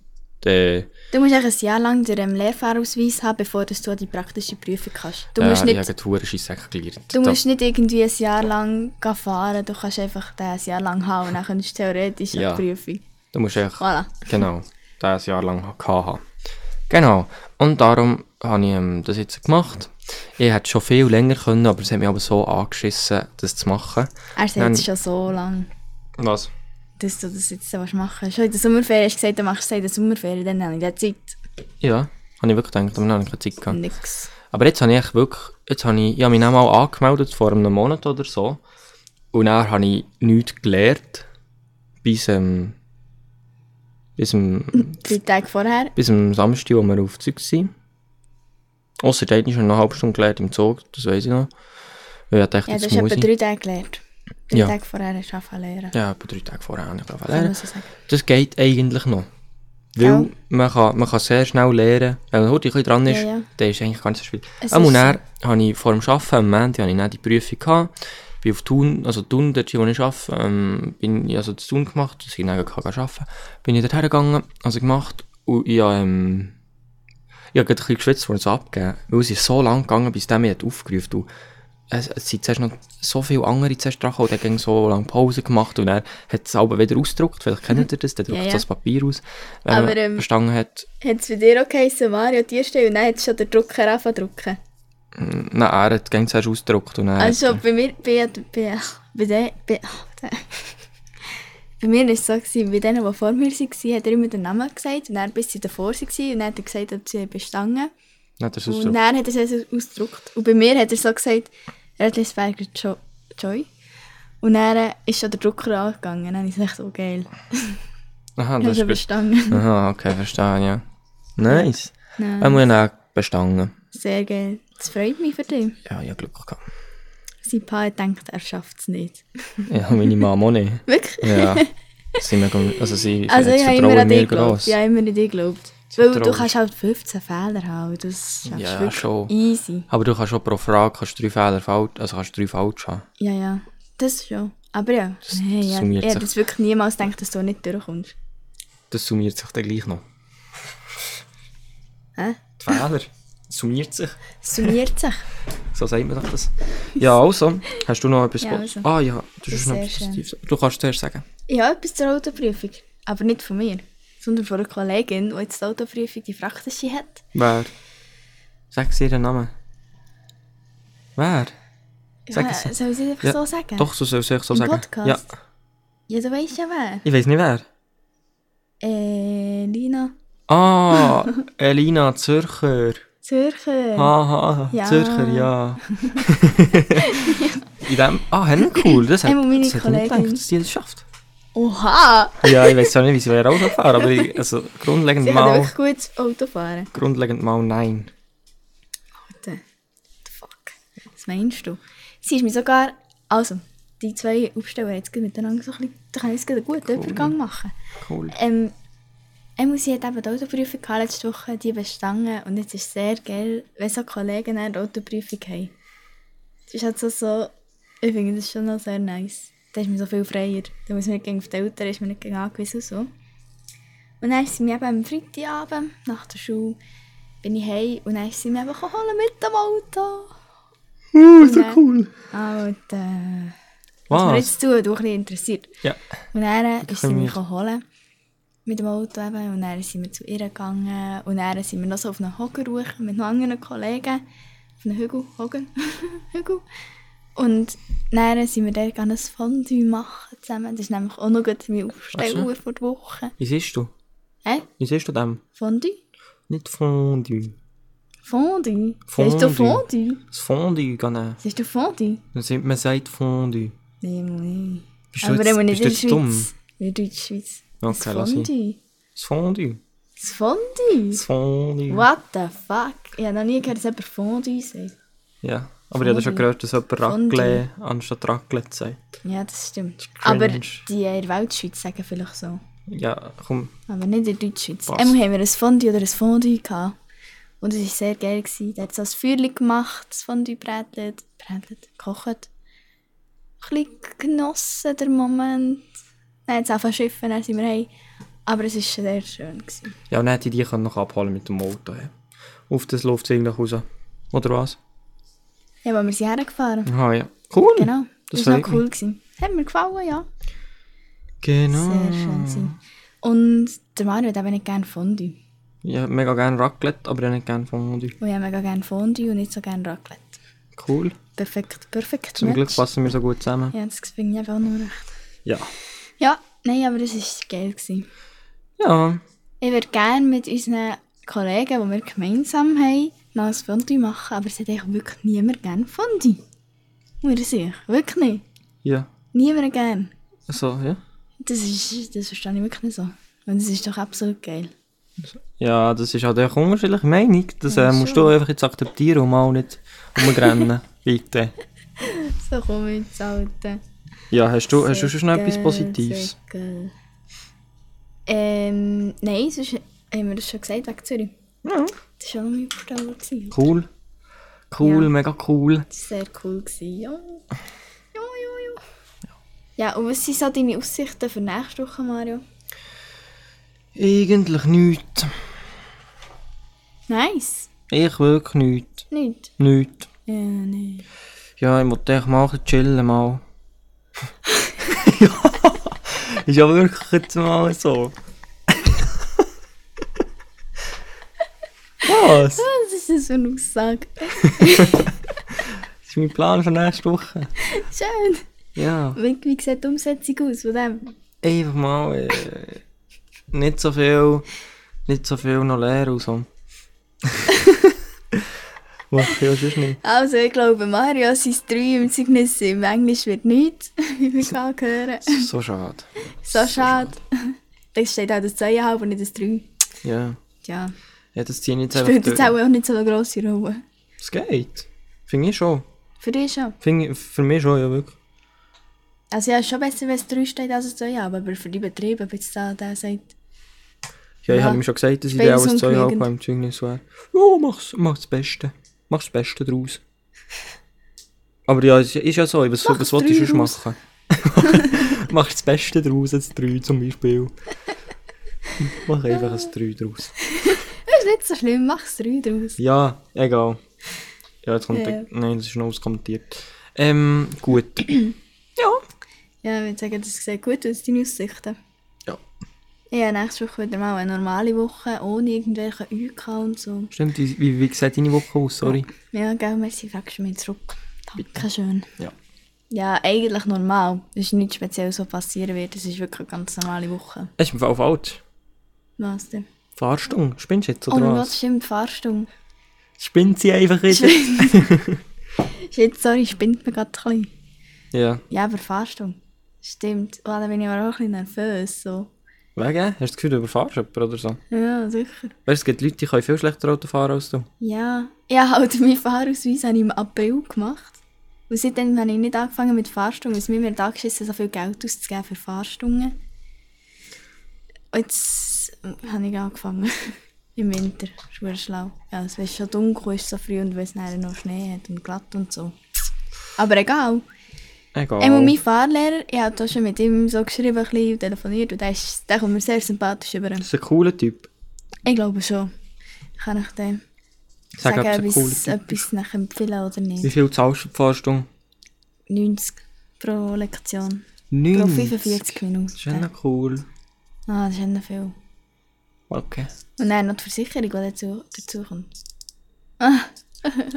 Speaker 3: äh,
Speaker 2: Du musst eigentlich ein Jahr lang den ähm, Lehrfahrausweis haben, bevor dass du an die praktische Prüfung kannst. Du musst,
Speaker 3: äh,
Speaker 2: nicht,
Speaker 3: ich habe den Scheisssack gelernt.
Speaker 2: du
Speaker 3: Da-
Speaker 2: musst nicht irgendwie ein Jahr lang gehen fahren, du kannst einfach den ein Jahr lang haben und dann kannst du theoretisch
Speaker 3: Ja.
Speaker 2: an die Prüfung.
Speaker 3: Du musst echt,
Speaker 2: Voilà.
Speaker 3: genau, das Jahr lang gehabt haben. Genau. Und darum habe ich ähm, das jetzt gemacht. Ich hätte schon viel länger können, aber es hat mich aber so angeschissen, das zu machen.
Speaker 2: Er sagt
Speaker 3: Dann-
Speaker 2: es schon so lange,
Speaker 3: Was?
Speaker 2: dass du das jetzt so machen willst. Schon in der Sommerferien hast du gesagt, du machst es in der Sommerferien, dann habe ich dann Zeit.
Speaker 3: Ja, habe ich wirklich gedacht, aber dann habe ich keine Zeit gehabt.
Speaker 2: Nix.
Speaker 3: Aber jetzt habe ich echt wirklich, jetzt habe ich, ich habe mich dann mal angemeldet, vor einem Monat oder so. Und dann habe ich nichts gelernt. Bis, ähm, bis, ähm,
Speaker 2: Drei Tage vorher.
Speaker 3: bis am Samstag, als wir auf Zeug waren. Außer dort habe ich noch eine halbe Stunde gelernt im Zug, das weiß ich noch. Weil ich dachte,
Speaker 2: Ja,
Speaker 3: jetzt
Speaker 2: das ist
Speaker 3: muss
Speaker 2: etwa
Speaker 3: ich...
Speaker 2: drei Tage gelernt. Drei
Speaker 3: Ja.
Speaker 2: Tage vorher ist anfangen lernen.
Speaker 3: Ja, etwa drei Tage vorher habe ich angefangen
Speaker 2: Kann
Speaker 3: lernen.
Speaker 2: man so sagen.
Speaker 3: Das geht eigentlich noch. Weil
Speaker 2: Ja.
Speaker 3: man, kann, man kann sehr schnell lernen. Wenn man heute ein bisschen dran ist,
Speaker 2: Ja, ja.
Speaker 3: dann ist eigentlich gar nicht so schwierig.
Speaker 2: Es
Speaker 3: Am
Speaker 2: ist
Speaker 3: und dann habe ich vor dem Arbeiten, am Montag, habe ich dann die Prüfung gehabt. Bin auf Thun, also Thun, dort wo ich arbeite, ähm, bin ich also zu Thun gemacht, dass ich dann kann gehen arbeiten Bin ich dort hergegangen, also gemacht und ich habe, ähm, ich habe gerade ein bisschen geschwitzt, als ich es abgegeben Weil es ist so lang gegangen, bis der mich hat aufgerufen hat. Und Es, es sind zuerst noch so viele andere zuerst dran gekommen, der ging so lange Pause gemacht und er hat es aber wieder ausgedruckt, vielleicht kennt ihr das, der druckt
Speaker 2: Mhm. ja.
Speaker 3: so das Papier aus, wenn
Speaker 2: Aber,
Speaker 3: man
Speaker 2: ähm,
Speaker 3: verstanden hat.
Speaker 2: Hat es bei dir auch geheißen, Mario, die Stelle, und dann hat schon der Drucker angefangen zu drucken.
Speaker 3: Nein, er hat ging zuerst ausgedruckt und dann
Speaker 2: Also bei mir, bei, bei, bei, den, bei, bei, bei mir war es so, gewesen, bei denen, die vor mir waren, hat er immer den Namen gesagt, und dann bis sie davor waren, und dann hat er gesagt, ob sie bestanden.
Speaker 3: Nein, das
Speaker 2: Und
Speaker 3: Ausdruck.
Speaker 2: dann hat er es aus- ausgedruckt. Und bei mir hat er so gesagt, Erdlisberger jo Joy. Und dann äh, ist schon der Drucker angegangen. Dann habe ich gesagt, so geil.
Speaker 3: Aha,
Speaker 2: Ich
Speaker 3: das
Speaker 2: habe
Speaker 3: ist gut.
Speaker 2: bestanden.
Speaker 3: Aha, okay, verstehe, ja. Nice.
Speaker 2: Nein.
Speaker 3: Er muss dann auch bestanden.
Speaker 2: Sehr geil. Das freut mich für dich.
Speaker 3: Ja, ich habe Glück gehabt.
Speaker 2: Sein Pa hat gedacht, er schafft es nicht.
Speaker 3: Ja, meine Mama auch nicht.
Speaker 2: Wirklich?
Speaker 3: Ja. Sie mega, also sie
Speaker 2: Also
Speaker 3: hat das
Speaker 2: ich habe
Speaker 3: Vertrauen
Speaker 2: immer
Speaker 3: in
Speaker 2: an
Speaker 3: mir
Speaker 2: dich geglaubt.
Speaker 3: gross.
Speaker 2: Ich habe immer an dich geglaubt. Weil du
Speaker 3: Vertrauen.
Speaker 2: kannst halt 15 Fehler haben. Das schaffst
Speaker 3: Ja,
Speaker 2: du wirklich
Speaker 3: schon.
Speaker 2: dus easy.
Speaker 3: Aber du kannst schon pro Frage kannst drei Fehler falsch, also kannst drei falsch haben.
Speaker 2: Ja, ja. Das schon. Aber ja,
Speaker 3: Das-
Speaker 2: Ah, nee,
Speaker 3: das
Speaker 2: ja.
Speaker 3: summiert
Speaker 2: ich habe
Speaker 3: sich.
Speaker 2: das wirklich niemals gedacht, dass du nicht durchkommst.
Speaker 3: Das summiert sich dann gleich noch.
Speaker 2: Hä?
Speaker 3: Die Fehler summiert sich.
Speaker 2: Es summiert sich.
Speaker 3: So sagt man doch das. Ja, also, hast du noch etwas...
Speaker 2: Ja, also.
Speaker 3: Ah ja, du,
Speaker 2: ist
Speaker 3: hast noch
Speaker 2: sehr
Speaker 3: etwas
Speaker 2: schön.
Speaker 3: Positives. du kannst zuerst sagen.
Speaker 2: Ich habe etwas zur Autoprüfung. Aber nicht von mir, sondern von einer Kollegin, die jetzt die Autoprüfung die Praktische hat.
Speaker 3: Wer? Sag sie ihren Namen. Wer? Sag
Speaker 2: ja,
Speaker 3: es.
Speaker 2: Soll ich es einfach so sagen?
Speaker 3: Doch, so soll ich so
Speaker 2: Im
Speaker 3: sagen.
Speaker 2: Podcast?
Speaker 3: Ja.
Speaker 2: Ja, du weißt ja wer.
Speaker 3: Ich weiß nicht wer.
Speaker 2: Äh, Lina
Speaker 3: Ah, Elina Zürcher.
Speaker 2: Zürcher.
Speaker 3: Haha,
Speaker 2: Ja.
Speaker 3: Zürcher, ja. In dem... Ah, Henne, cool. Das hat,
Speaker 2: Einmal meine
Speaker 3: das hat ich nicht gedacht,
Speaker 2: Kollegin.
Speaker 3: dass die das schafft.
Speaker 2: Oha!
Speaker 3: Ja, ich weiß zwar nicht, wie sie wäre Auto fahren, aber ich, also grundlegend
Speaker 2: Sie kann
Speaker 3: mal,
Speaker 2: wirklich gut Auto fahren.
Speaker 3: grundlegend mal nein.
Speaker 2: What the fuck? Was meinst du? Sie ist mir sogar... Also, die zwei Aufsteller haben jetzt gerade miteinander so ein bisschen... Da kann ich jetzt gerade einen guten Übergang machen.
Speaker 3: Cool.
Speaker 2: Ähm, Emma, sie hat eben die Autoprüfung gehabt letzte Woche, die bestanden. Und jetzt ist es sehr geil, wenn so Kollegen eine Autoprüfung haben. Das ist halt so, so... Ich finde das schon noch sehr nice. Da ist man so viel freier. Da muss man nicht gegen auf die Eltern, ist man nicht gegen angewiesen und so. Und dann sind wir eben am Freitagabend nach der Schule bin ich heim und dann sind wir eben holen mit dem Auto. Ah,
Speaker 3: Uh,
Speaker 2: ist ja cool. Alter. Was mir
Speaker 3: Was?
Speaker 2: äh, jetzt tun, du ein bisschen interessiert.
Speaker 3: Ja.
Speaker 2: Und dann äh, ist sie
Speaker 3: können
Speaker 2: mich
Speaker 3: wir-
Speaker 2: holen mit dem Auto eben. Und dann sind wir zu ihr gegangen. Und dann sind wir noch so auf einen Hocker hoch mit noch anderen Kollegen. Auf einen Hügel, Hocken, Hügel. Und dann sind wir dort gerne ein Fondue machen zusammen. Das ist nämlich auch noch gut meine Aufstelluhr vor der Woche.
Speaker 3: Wie siehst du?
Speaker 2: Hä?
Speaker 3: Wie siehst du dem?
Speaker 2: Fondue?
Speaker 3: Nicht Fondue.
Speaker 2: Fondue? Fondue. Siehst du
Speaker 3: Fondue.
Speaker 2: Fondue?
Speaker 3: Das Fondue kann er.
Speaker 2: Siehst du Fondue?
Speaker 3: Man sagt- man sagt Fondue.
Speaker 2: Nee, nee.
Speaker 3: Bist du jetzt- bist du jetzt dumm?
Speaker 2: Wir in der Schweiz.
Speaker 3: Okay,
Speaker 2: das
Speaker 3: lass ihn.
Speaker 2: Fondue.
Speaker 3: Das Fondue.
Speaker 2: Das Fondue?
Speaker 3: Das Fondue.
Speaker 2: What the fuck? Ich habe noch nie gehört, dass jemand Fondue sagt.
Speaker 3: Ja. Aber ich habe schon
Speaker 2: Fondue.
Speaker 3: gehört, dass jemand
Speaker 2: Fondue.
Speaker 3: Raclette anstatt Raclette sagt.
Speaker 2: Ja, das stimmt.
Speaker 3: cringe.
Speaker 2: Aber die in der Weltschweiz sagen vielleicht so.
Speaker 3: Ja, komm.
Speaker 2: Aber nicht in der Deutschschweiz.
Speaker 3: Was?
Speaker 2: Einmal haben wir ein Fondue oder ein Fondue gehabt. Und es war sehr geil. Gewesen. Der hat so ein Feuerchen gemacht, das Fondue brätelt, brätelt, gekocht. Ein bisschen genossen, der Moment. Dann hat es angefangen zu schiffen, dann sind wir heim. Aber es war sehr schön. Gewesen.
Speaker 3: Ja, und dann hätte ich die noch abholen mit dem Auto. ja. Auf das läuft es eigentlich raus. Oder was?
Speaker 2: Ja, weil wir sind hergefahren.
Speaker 3: Ah ja. Cool.
Speaker 2: Genau.
Speaker 3: Das
Speaker 2: Das war
Speaker 3: freut
Speaker 2: noch cool. Gewesen. Hat mir gefallen, ja.
Speaker 3: Genau.
Speaker 2: Sehr schön. Gewesen. Und der Mario hat eben nicht gerne Fondue.
Speaker 3: Ich hätte mega gerne Raclette, aber ich hätte nicht gerne Fondue.
Speaker 2: Und ich habe mega gerne Fondue und nicht so gerne Raclette.
Speaker 3: Cool.
Speaker 2: Perfekt, perfekt.
Speaker 3: Zum
Speaker 2: Match.
Speaker 3: Glück passen wir so gut zusammen.
Speaker 2: Ja, das finde ich einfach nur recht.
Speaker 3: Ja.
Speaker 2: Ja, nein, aber das war geil. Gewesen.
Speaker 3: Ja.
Speaker 2: Ich würde gerne mit unseren Kollegen, die wir gemeinsam haben, noch ein Fondue machen, aber es hat eigentlich wirklich niemand gerne Fondue. Muss ich sagen. Wirklich nicht.
Speaker 3: Ja.
Speaker 2: Niemand gerne.
Speaker 3: So, ja.
Speaker 2: Das, ist, das verstehe ich wirklich nicht so. Und es ist doch absolut geil.
Speaker 3: Ja, das ist halt echt unterschiedliche Meinung. Das äh, musst
Speaker 2: schon.
Speaker 3: du einfach jetzt akzeptieren und mal nicht umrennen. Bitte.
Speaker 2: Scheiße, komm jetzt, Alter.
Speaker 3: Ja, hast du, hast du schon noch etwas Positives?
Speaker 2: Sehr geil. Ähm, nein, sonst haben wir das schon gesagt, wegen Zürich.
Speaker 3: Ja.
Speaker 2: Das war auch noch mein Aufsteller. gewesen.
Speaker 3: Cool. Cool,
Speaker 2: Ja.
Speaker 3: mega cool.
Speaker 2: Das war sehr cool. Gewesen. Ja. ja, ja, ja. Ja, und was sind so deine Aussichten für nächste Woche, Mario?
Speaker 3: Eigentlich nichts.
Speaker 2: Nice.
Speaker 3: Ich wirklich nichts.
Speaker 2: Nicht?
Speaker 3: Nichts.
Speaker 2: Ja, nein.
Speaker 3: Ja, ich muss echt mal ein bisschen chillen mal. ja, ist ja wirklich jetzt mal so. Was?
Speaker 2: Was ist das für eine Aussage?
Speaker 3: Das ist mein Plan für nächste Woche.
Speaker 2: Schön.
Speaker 3: Ja,
Speaker 2: Wie, wie sieht die Umsetzung aus von dem?
Speaker 3: einfach mal äh, nicht so viel, nicht so viel noch leer und so. Mach ich ja sonst nicht.
Speaker 2: Also, ich glaube, Mario, sein Träumzeugnis im Englisch wird nichts, wie wir gerade hören.
Speaker 3: So schade.
Speaker 2: So schade. Da steht auch das 2,5 und nicht das 3.
Speaker 3: Ja,
Speaker 2: Tja,
Speaker 3: ja das ziehe ich jetzt
Speaker 2: spielt
Speaker 3: einfach
Speaker 2: jetzt
Speaker 3: durch.
Speaker 2: auch nicht so eine grosse Rolle.
Speaker 3: Es geht. Finde ich schon.
Speaker 2: Für dich schon.
Speaker 3: Finde ich- für mich schon, ja wirklich.
Speaker 2: Also ja, ist schon besser, wenn es 3 steht als ein 2,5, aber für die Betriebe, ob jetzt da der sagt,
Speaker 3: Ja, ich
Speaker 2: Ja.
Speaker 3: habe ihm schon gesagt, dass ich
Speaker 2: Beides
Speaker 3: auch ein Zeug
Speaker 2: ungenügend.
Speaker 3: beim Zeugnis wäre. Ja, mach's, mach's das Beste. Mach's das Beste draus. Aber ja, es ist ja so, was,
Speaker 2: Mach
Speaker 3: was
Speaker 2: das
Speaker 3: willst du
Speaker 2: Drei
Speaker 3: schon machen? Mach das Beste draus, jetzt drei zum Beispiel. Mach einfach ein 3 draus.
Speaker 2: das ist nicht so schlimm, mach es 3 draus.
Speaker 3: Ja, egal. Ja, jetzt kommt
Speaker 2: Ja,
Speaker 3: der.
Speaker 2: ja.
Speaker 3: Nein, das ist noch auskommentiert. Ähm, gut. ja.
Speaker 2: Ja, ich würde sagen, das sieht gut aus, deine Aussichten.
Speaker 3: Ja.
Speaker 2: Ja, nächste Woche wieder mal eine normale Woche, ohne irgendwelche UK und so.
Speaker 3: Stimmt, wie, wie, wie sieht deine Woche aus? Sorry.
Speaker 2: Ja, gell, merci, fragst du mich zurück. Dankeschön.
Speaker 3: Ja.
Speaker 2: Ja, eigentlich normal. Es ist nichts speziell so passieren wird, es ist wirklich eine ganz normale Woche.
Speaker 3: Es ist im Fall falsch.
Speaker 2: Was denn?
Speaker 3: Fahrstunde. Spinnst du jetzt
Speaker 2: Oh
Speaker 3: oder
Speaker 2: mein Gott,
Speaker 3: was?
Speaker 2: stimmt, Fahrstunde.
Speaker 3: Spinnt sie einfach wieder.
Speaker 2: Shit, sorry, spinnt mir gerade ein bisschen.
Speaker 3: Ja.
Speaker 2: Ja, aber Fahrstunde. Stimmt. Oh, da bin ich aber auch ein bisschen nervös. So.
Speaker 3: Wegen? Hast du das Gefühl, du überfahrst jemanden oder so?
Speaker 2: Ja, sicher.
Speaker 3: Weißt, es gibt Leute, die können viel schlechter Auto fahren als du.
Speaker 2: Ja. Ja, halt, meinen Fahrausweis habe ich im April gemacht. Und seitdem habe ich nicht angefangen mit Fahrstunden, weil es mir mir da geschissen so viel Geld auszugeben für Fahrstunden. Und jetzt habe ich angefangen. Im Winter. Schwer schlau. Ja, es ist schon dunkel, ist so früh und weil es nachher noch Schnee hat und glatt und so. Aber egal.
Speaker 3: Egal.
Speaker 2: Einmal mein Fahrlehrer, ich habe da schon mit ihm so geschrieben, ein bisschen telefoniert und der, ist, der kommt mir sehr sympathisch über.
Speaker 3: Das ist ein cooler Typ.
Speaker 2: Ich glaube schon. Kann ich dem
Speaker 3: Sag,
Speaker 2: sagen,
Speaker 3: ob es ein
Speaker 2: ob
Speaker 3: cooler
Speaker 2: ich
Speaker 3: Typ
Speaker 2: etwas nachher empfehlen oder
Speaker 3: Wie
Speaker 2: nicht?
Speaker 3: viel zahlst du pro Fahrstunde?
Speaker 2: 90 pro Lektion. Pro
Speaker 3: 90.
Speaker 2: 45
Speaker 3: Das ist ja
Speaker 2: Minuten.
Speaker 3: noch cool.
Speaker 2: Ah, das ist noch viel.
Speaker 3: Okay.
Speaker 2: Und dann noch die Versicherung, die dazu, dazu kommt.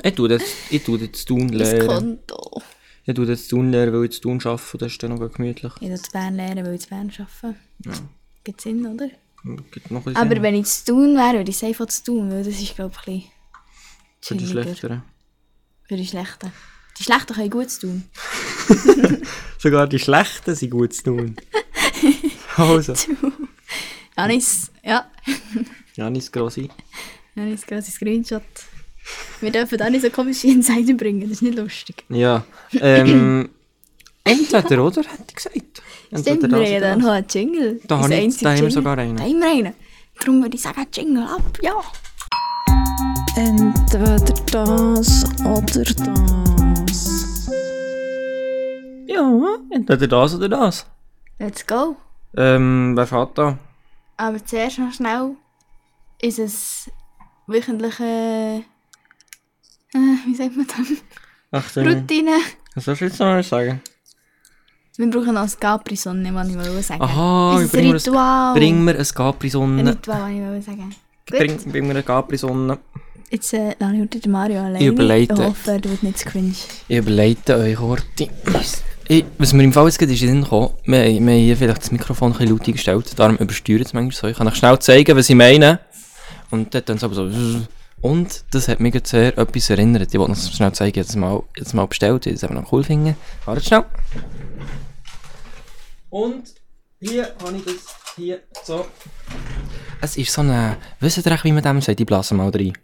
Speaker 3: Ich tue das, ich tue das Tun
Speaker 2: Das
Speaker 3: lehren.
Speaker 2: Konto.
Speaker 3: Ich tue das Tun lehren, weil ich das Tun arbeite. Das ist dann noch gemütlich.
Speaker 2: Ich will zu Bern lernen, weil ich zu Bern arbeite.
Speaker 3: Ja.
Speaker 2: Gibt Sinn, oder?
Speaker 3: Gibt noch ein bisschen
Speaker 2: Aber
Speaker 3: Sinn.
Speaker 2: wenn ich zu tun wäre, würde ich safe auch zu tun, weil das ist, glaube ich, ein
Speaker 3: Für
Speaker 2: bisschen
Speaker 3: die
Speaker 2: chilliger.
Speaker 3: Schlechteren.
Speaker 2: Für die Schlechten. Die Schlechten können gut zu tun.
Speaker 3: Sogar die Schlechten sind gut zu tun. also.
Speaker 2: Janis, ja.
Speaker 3: Ja, nicht grosse.
Speaker 2: Janis, grosses Screenshot. Wir dürfen da nicht so komische Insider bringen, das ist nicht lustig.
Speaker 3: Ja. Ähm, entweder, oder? Hätte ich gesagt.
Speaker 2: Stimmt,
Speaker 3: Entweder das
Speaker 2: wir haben
Speaker 3: oder
Speaker 2: dann noch einen Jingle.
Speaker 3: Da
Speaker 2: Unser
Speaker 3: habe ich-
Speaker 2: einziger
Speaker 3: da haben wir
Speaker 2: Jingle.
Speaker 3: sogar einen.
Speaker 2: Da haben wir einen. Darum würde ich sagen, Jingle ab, ja.
Speaker 4: Entweder das oder das.
Speaker 3: Ja, entweder das oder das.
Speaker 2: Let's go.
Speaker 3: Ähm, wer fährt da?
Speaker 2: Aber zuerst noch schnell ist es wöchentliche... Äh, wie sagt man das?
Speaker 3: Äh. Ach,
Speaker 2: Routine.
Speaker 3: was sollst du jetzt noch mal sagen?
Speaker 2: Wir brauchen noch ein Capri-Sonne, was ich wollte sagen.
Speaker 3: Aha,
Speaker 2: Unser
Speaker 3: bring mir das-
Speaker 2: Ritual.
Speaker 3: Bring mir eine Capri-Sonne.
Speaker 2: Ritual, was ich wollte sagen. Gut.
Speaker 3: Bring, bring mir eine Capri-Sonne.
Speaker 2: Jetzt äh, lasse ich heute den Mario alleine.
Speaker 3: Ich überleite.
Speaker 2: Ich hoffe, er tut nicht zu cringe.
Speaker 3: Ich überleite euch, Horti. Ich, was mir im Fall jetzt gerade in den Sinn kam, wir, haben- wir haben hier vielleicht das Mikrofon ein bisschen laut gestellt, darum übersteuert es manchmal so. Ich kann euch schnell zeigen, was ich meine. Und dann dann aber so... Und das hat mich gerade sehr etwas erinnert. Ich wollte noch schnell zeigen, jetzt mal, jetzt mal bestellt, ich das einfach noch cool finden. Wartet schnell. Und hier habe ich das hier so. Es ist so eine... Wisst ihr, eigentlich, wie man dem sagt? Ich blase mal rein.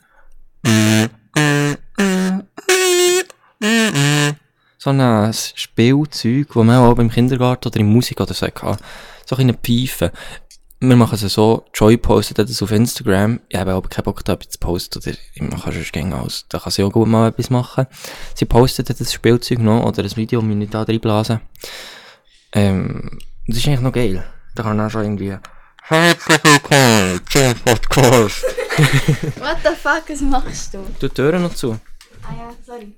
Speaker 3: so ein Spielzeug, das man auch beim Kindergarten oder in Musik oder so hatte. So eine Pfeife. Wir machen es so, Joy postet das auf Instagram. Ich habe aber keinen Bock, da etwas zu posten. Oder ich mache sonst gerne alles. Da kann sie auch gut mal etwas machen. Sie postet das Spielzeug noch oder ein Video, das ich nicht da reinblasen. Ähm, das ist eigentlich noch geil. Da kann man auch schon irgendwie... Herzlich willkommen zum Podcast.
Speaker 2: What the fuck, was machst du?
Speaker 3: Du die Türen noch zu.
Speaker 2: Ah ja, sorry.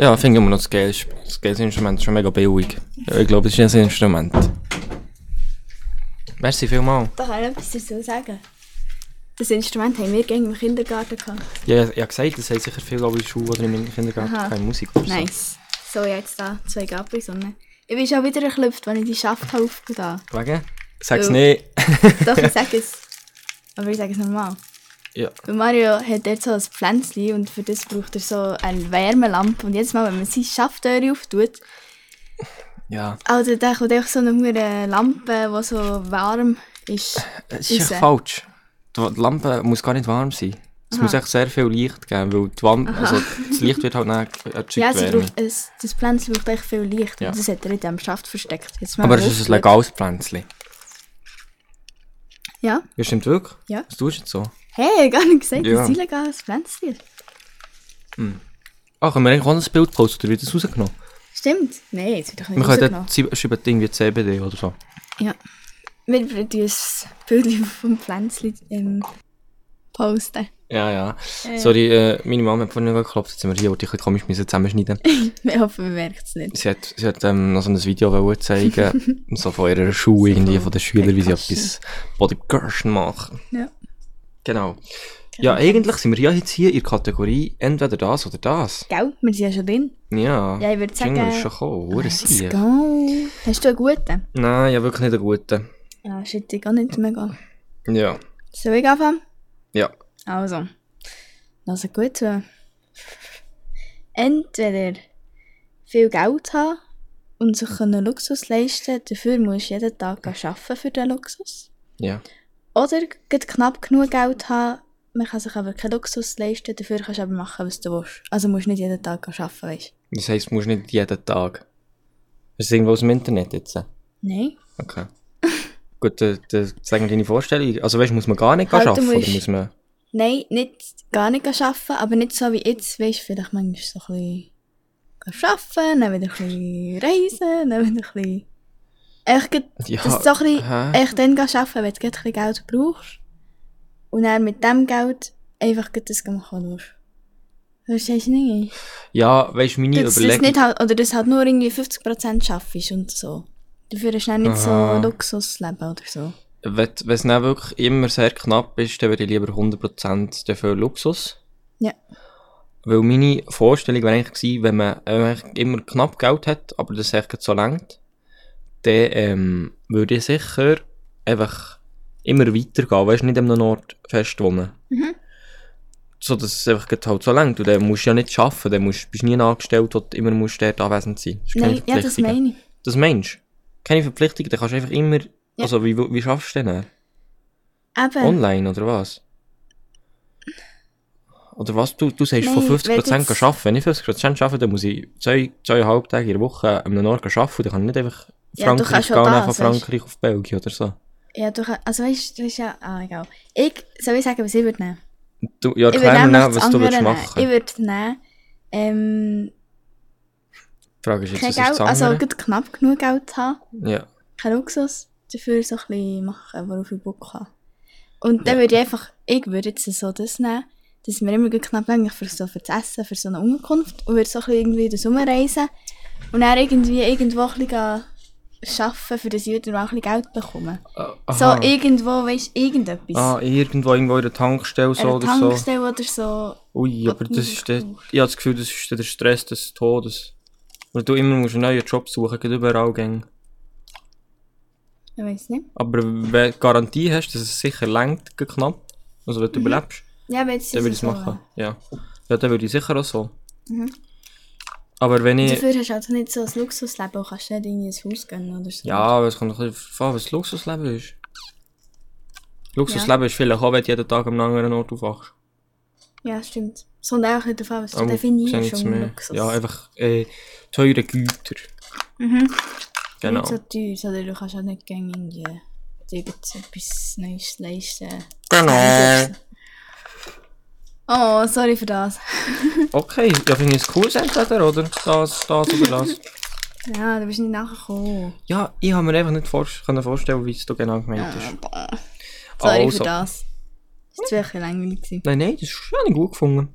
Speaker 3: Ja, finde ich immer noch das geilste. Das geilste Instrument ist schon mega billig. Ja, ich glaube, es ist ein Instrument. Merci vielmals.
Speaker 2: Da kann ich etwas dazu sagen. Das Instrument haben wir gegen im Kindergarten gehabt.
Speaker 3: Ja, ich habe gesagt, das haben sicher viele auch in der Schule oder im Kindergarten
Speaker 2: Aha.
Speaker 3: keine Musik. oder so.
Speaker 2: Nice. So, jetzt da zwei Gabrielsonne. Ich bin schon wieder erklüpft, wenn ich die Schaft habe aufgetan.
Speaker 3: Wegen? Sag's
Speaker 2: Ja.
Speaker 3: nicht.
Speaker 2: Doch, ich sage es. Aber ich sage es normal.
Speaker 3: Ja.
Speaker 2: Weil Mario hat dort so ein Pflänzchen und für das braucht er so eine Wärmelampe. Und jetzt mal, wenn man seine Schaftöre auftut,
Speaker 3: Ja.
Speaker 2: also da kommt einfach so eine hure Lampe, die so warm ist.
Speaker 3: Es ist echt
Speaker 2: Raus.
Speaker 3: falsch. Die die Lampe muss gar nicht warm sein. Es muss echt sehr viel Licht geben, weil die Wand, also das Licht wird halt dann erzeugt
Speaker 2: Ja, sie
Speaker 3: Wärme.
Speaker 2: braucht, es, das Pflänzchen braucht echt viel Licht.
Speaker 3: Ja.
Speaker 2: Und das hat er in diesem Schaft versteckt. Jetzt mal
Speaker 3: Aber es ist ein
Speaker 2: aufschauen.
Speaker 3: legales Pflänzchen.
Speaker 2: Ja.
Speaker 3: Ja, stimmt wirklich?
Speaker 2: Ja.
Speaker 3: Was tust du jetzt so?
Speaker 2: Hey, gar nicht gesagt,
Speaker 3: Ja.
Speaker 2: das ist illegales Pflänzchen.
Speaker 3: Ah, können wir eigentlich auch noch ein Bild posten oder wird das rausgenommen?
Speaker 2: Stimmt. Nein, jetzt wird doch
Speaker 3: Wir
Speaker 2: nicht
Speaker 3: können
Speaker 2: rausgenommen.
Speaker 3: dort sie- schreiben irgendwie CBD oder so.
Speaker 2: Ja. Wir würden das Bild vom Pflänzchen ähm, posten.
Speaker 3: Ja, ja. Sorry, äh, meine Mama hat vorhin noch geklopft, jetzt sind wir hier, wollte ich ein bisschen komisch müssen zusammenschneiden.
Speaker 2: Wir hoffen, man merkt es nicht.
Speaker 3: sie hat, sie hat ähm, noch so ein Video wollen zeigen, so von ihrer Schule, irgendwie von den Schülern, wie sie
Speaker 2: Percussion.
Speaker 3: etwas Bodypercussion machen.
Speaker 2: Ja.
Speaker 3: Genau. Ja, eigentlich sind wir ja jetzt hier in der Kategorie entweder das oder das.
Speaker 2: Gell? Wir sind ja schon drin.
Speaker 3: Ja.
Speaker 2: Ja, ich würde sagen-
Speaker 3: Jingle ist schon gekommen, hure sick.
Speaker 2: go. Hast du einen guten?
Speaker 3: Nein, ja, wirklich nicht einen guten.
Speaker 2: Ja, shit, ich gar nicht mega.
Speaker 3: Ja.
Speaker 2: Soll ich anfangen?
Speaker 3: Ja.
Speaker 2: Also. Also gut zu. Entweder viel Geld haben und sich einen Luxus leisten, dafür musst du jeden Tag arbeiten für den Luxus.
Speaker 3: Ja.
Speaker 2: Oder gerade knapp genug Geld haben, man kann sich aber keinen Luxus leisten, dafür kannst du aber machen, was du willst. Also musst du nicht jeden Tag arbeiten, weißt du?
Speaker 3: Das heisst, du musst nicht jeden Tag. Ist das irgendwo aus dem Internet jetzt?
Speaker 2: Nein.
Speaker 3: Okay. Gut, dann dann sagen wir deine Vorstellung. Also weißt du, muss man gar nicht
Speaker 2: Halt, du
Speaker 3: arbeiten oder
Speaker 2: musst-
Speaker 3: muss man...
Speaker 2: Nein, nicht, gar nicht arbeiten, aber nicht so wie jetzt, weißt du, vielleicht manchmal so ein bisschen arbeiten, dann wieder ein bisschen reisen, dann wieder ein bisschen... Echt, gerade-
Speaker 3: Ja,
Speaker 2: dass du so ein bisschen,
Speaker 3: hä?
Speaker 2: echt dann gehst arbeiten, wenn du gerade ein bisschen Geld brauchst. Und dann mit dem Geld einfach gerade das machen kannst. Verstehst du nicht?
Speaker 3: Ja, weißt du, meine
Speaker 2: Dass das
Speaker 3: Überlegung...
Speaker 2: nicht halt, oder das halt nur irgendwie 50% arbeitest und so. Dafür hast du dann nicht
Speaker 3: Aha.
Speaker 2: so Luxusleben oder so.
Speaker 3: Wenn wenn es dann wirklich immer sehr knapp ist, dann würde ich lieber 100% dafür Luxus.
Speaker 2: Ja.
Speaker 3: Weil meine Vorstellung wäre eigentlich gewesen, wenn man äh, eigentlich immer knapp Geld hat, aber das eigentlich gerade so langt, dann ähm, würde ich sicher einfach immer weitergehen, weißt du, nicht an einem Ort festwohnen.
Speaker 2: Mhm.
Speaker 3: So, dass es einfach gerade halt so langt. Und dann musst du ja nicht arbeiten, dann musst, bist du nie angestellt und immer musst du dort anwesend sein. Das ist keine
Speaker 2: Nein, ja, das
Speaker 3: Verpflichtungen.
Speaker 2: meine ich.
Speaker 3: Das meinst du? Keine Verpflichtung, dann kannst du einfach immer... Also, wie, wie schaffst du denn?
Speaker 2: Eben.
Speaker 3: Online oder was? Oder was? Du, du sagst von
Speaker 2: Nein,
Speaker 3: 50%
Speaker 2: weil
Speaker 3: gehen
Speaker 2: das-
Speaker 3: arbeiten. Wenn ich 50% arbeite, dann muss ich zwei, zweieinhalb Tage in der Woche an einem Ort arbeiten. und Dann kann ich nicht einfach
Speaker 2: Ja, du
Speaker 3: Frankreich
Speaker 2: kannst schon
Speaker 3: gehen,
Speaker 2: das,
Speaker 3: von
Speaker 2: weißt du.
Speaker 3: Frankreich auf Belgien oder so.
Speaker 2: Ja, du kannst, also weißt du, das ist ja, ah, egal. Ich, soll ich sagen, was ich würde nehmen?
Speaker 3: Du, ja,
Speaker 2: ich würde
Speaker 3: erklär mir
Speaker 2: nämlich
Speaker 3: dann,
Speaker 2: das
Speaker 3: was du
Speaker 2: andere
Speaker 3: willst
Speaker 2: nehmen. Ich
Speaker 3: machen.
Speaker 2: würde nehmen, ähm,
Speaker 3: Die Frage ist jetzt,
Speaker 2: kein
Speaker 3: was ist
Speaker 2: Geld,
Speaker 3: das
Speaker 2: also
Speaker 3: andere?
Speaker 2: gut knapp genug Geld haben,
Speaker 3: Ja.
Speaker 2: kein Luxus, dafür so ein bisschen machen, worauf ich Bock habe. Und dann würde ich einfach, ich würde jetzt so das nehmen, dass wir immer gut knapp eigentlich für so für das Essen, für so eine Unterkunft und würde so ein bisschen irgendwie das rumreisen und dann irgendwie irgendwo ein bisschen gehen arbeiten, für das ich wieder mal ein bisschen Geld bekomme. So irgendwo, weißt du, irgendetwas.
Speaker 3: Äh, Ah, irgendwo, irgendwo in der Tankstelle so
Speaker 2: Eine
Speaker 3: oder so.
Speaker 2: Tankstelle oder so.
Speaker 3: Ui, aber das ist der, ich habe das Gefühl, das ist der Stress des Todes. Weil du immer musst einen neuen Job suchen, geht überall gehen.
Speaker 2: Ich weiß nicht.
Speaker 3: Aber wenn du Garantie hast, dass es sicher längt, knapp, also
Speaker 2: Mhm.
Speaker 3: wenn du überlebst,
Speaker 2: Ja, aber jetzt
Speaker 3: dann würde ich es machen. Ja. ja, dann würde ich sicher auch so.
Speaker 2: Mhm.
Speaker 3: Aber wenn ich...
Speaker 2: Dafür hast du halt nicht so ein Luxusleben und kannst nicht irgendwie ins Haus gehen oder so.
Speaker 3: Ja, aber es kommt doch ein bisschen an, was Luxusleben ist. Luxusleben ist vielleicht auch, wenn du jeden Tag am anderen Ort aufwachst.
Speaker 2: Ja, stimmt. Es kommt auch ein bisschen darauf an, was du
Speaker 3: Aber sehe
Speaker 2: definierst
Speaker 3: nichts
Speaker 2: unter
Speaker 3: Oh, mehr.
Speaker 2: Luxus.
Speaker 3: Ja, einfach äh, teure Güter.
Speaker 2: Mhm.
Speaker 3: Genau.
Speaker 2: Nicht so teuer, sondern du kannst auch nicht gängig irgendwie dir jetzt etwas Neues leisten.
Speaker 3: Genau.
Speaker 2: Oh, sorry für das.
Speaker 3: Okay, ja, finde ich es cool, entweder, oder? Das, das oder das.
Speaker 2: Ja, du bist nicht nachgekommen.
Speaker 3: Ja, ich habe mir einfach nicht vor können vorstellen, wie es da genau gemeint ist.
Speaker 2: Sorry
Speaker 3: Also.
Speaker 2: für das. Das war wirklich langweilig. gewesen.
Speaker 3: Nein, nein, das ist schon gut gefunden.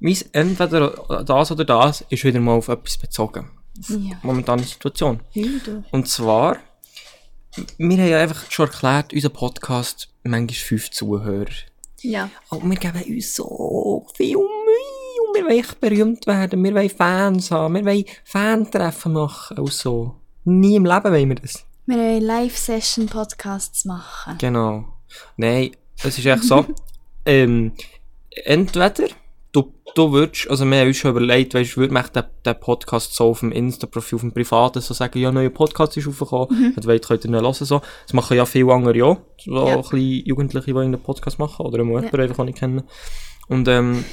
Speaker 3: mein entweder das oder das ist wieder mal auf etwas bezogen.
Speaker 2: Ja.
Speaker 3: Momentane Situation.
Speaker 2: Wie du?
Speaker 3: Und zwar, wir haben ja einfach schon erklärt, unser Podcast manchmal fünf Zuhörer.
Speaker 2: Ja.
Speaker 3: Aber wir geben uns so viel Mühe und wir wollen echt berühmt werden, wir wollen Fans haben, wir wollen Fantreffen machen und so. Nie im Leben wollen wir das.
Speaker 2: Wir wollen Live-Session-Podcasts machen.
Speaker 3: Genau. Nein, es ist echt so. ähm, entweder du, du würdest, also wir haben uns schon überlegt, weißt, würde man echt den, den Podcast so auf dem Insta-Profil, auf dem Privaten so sagen, ja, neuer Podcast ist raufgekommen, wenn ihr wollt, könnt ihr ihn hören. So. Das machen ja viele andere auch. So
Speaker 2: Ja.
Speaker 3: ein bisschen Jugendliche, die einen Podcast machen oder einen jemanden einfach auch nicht kennen. Und ähm,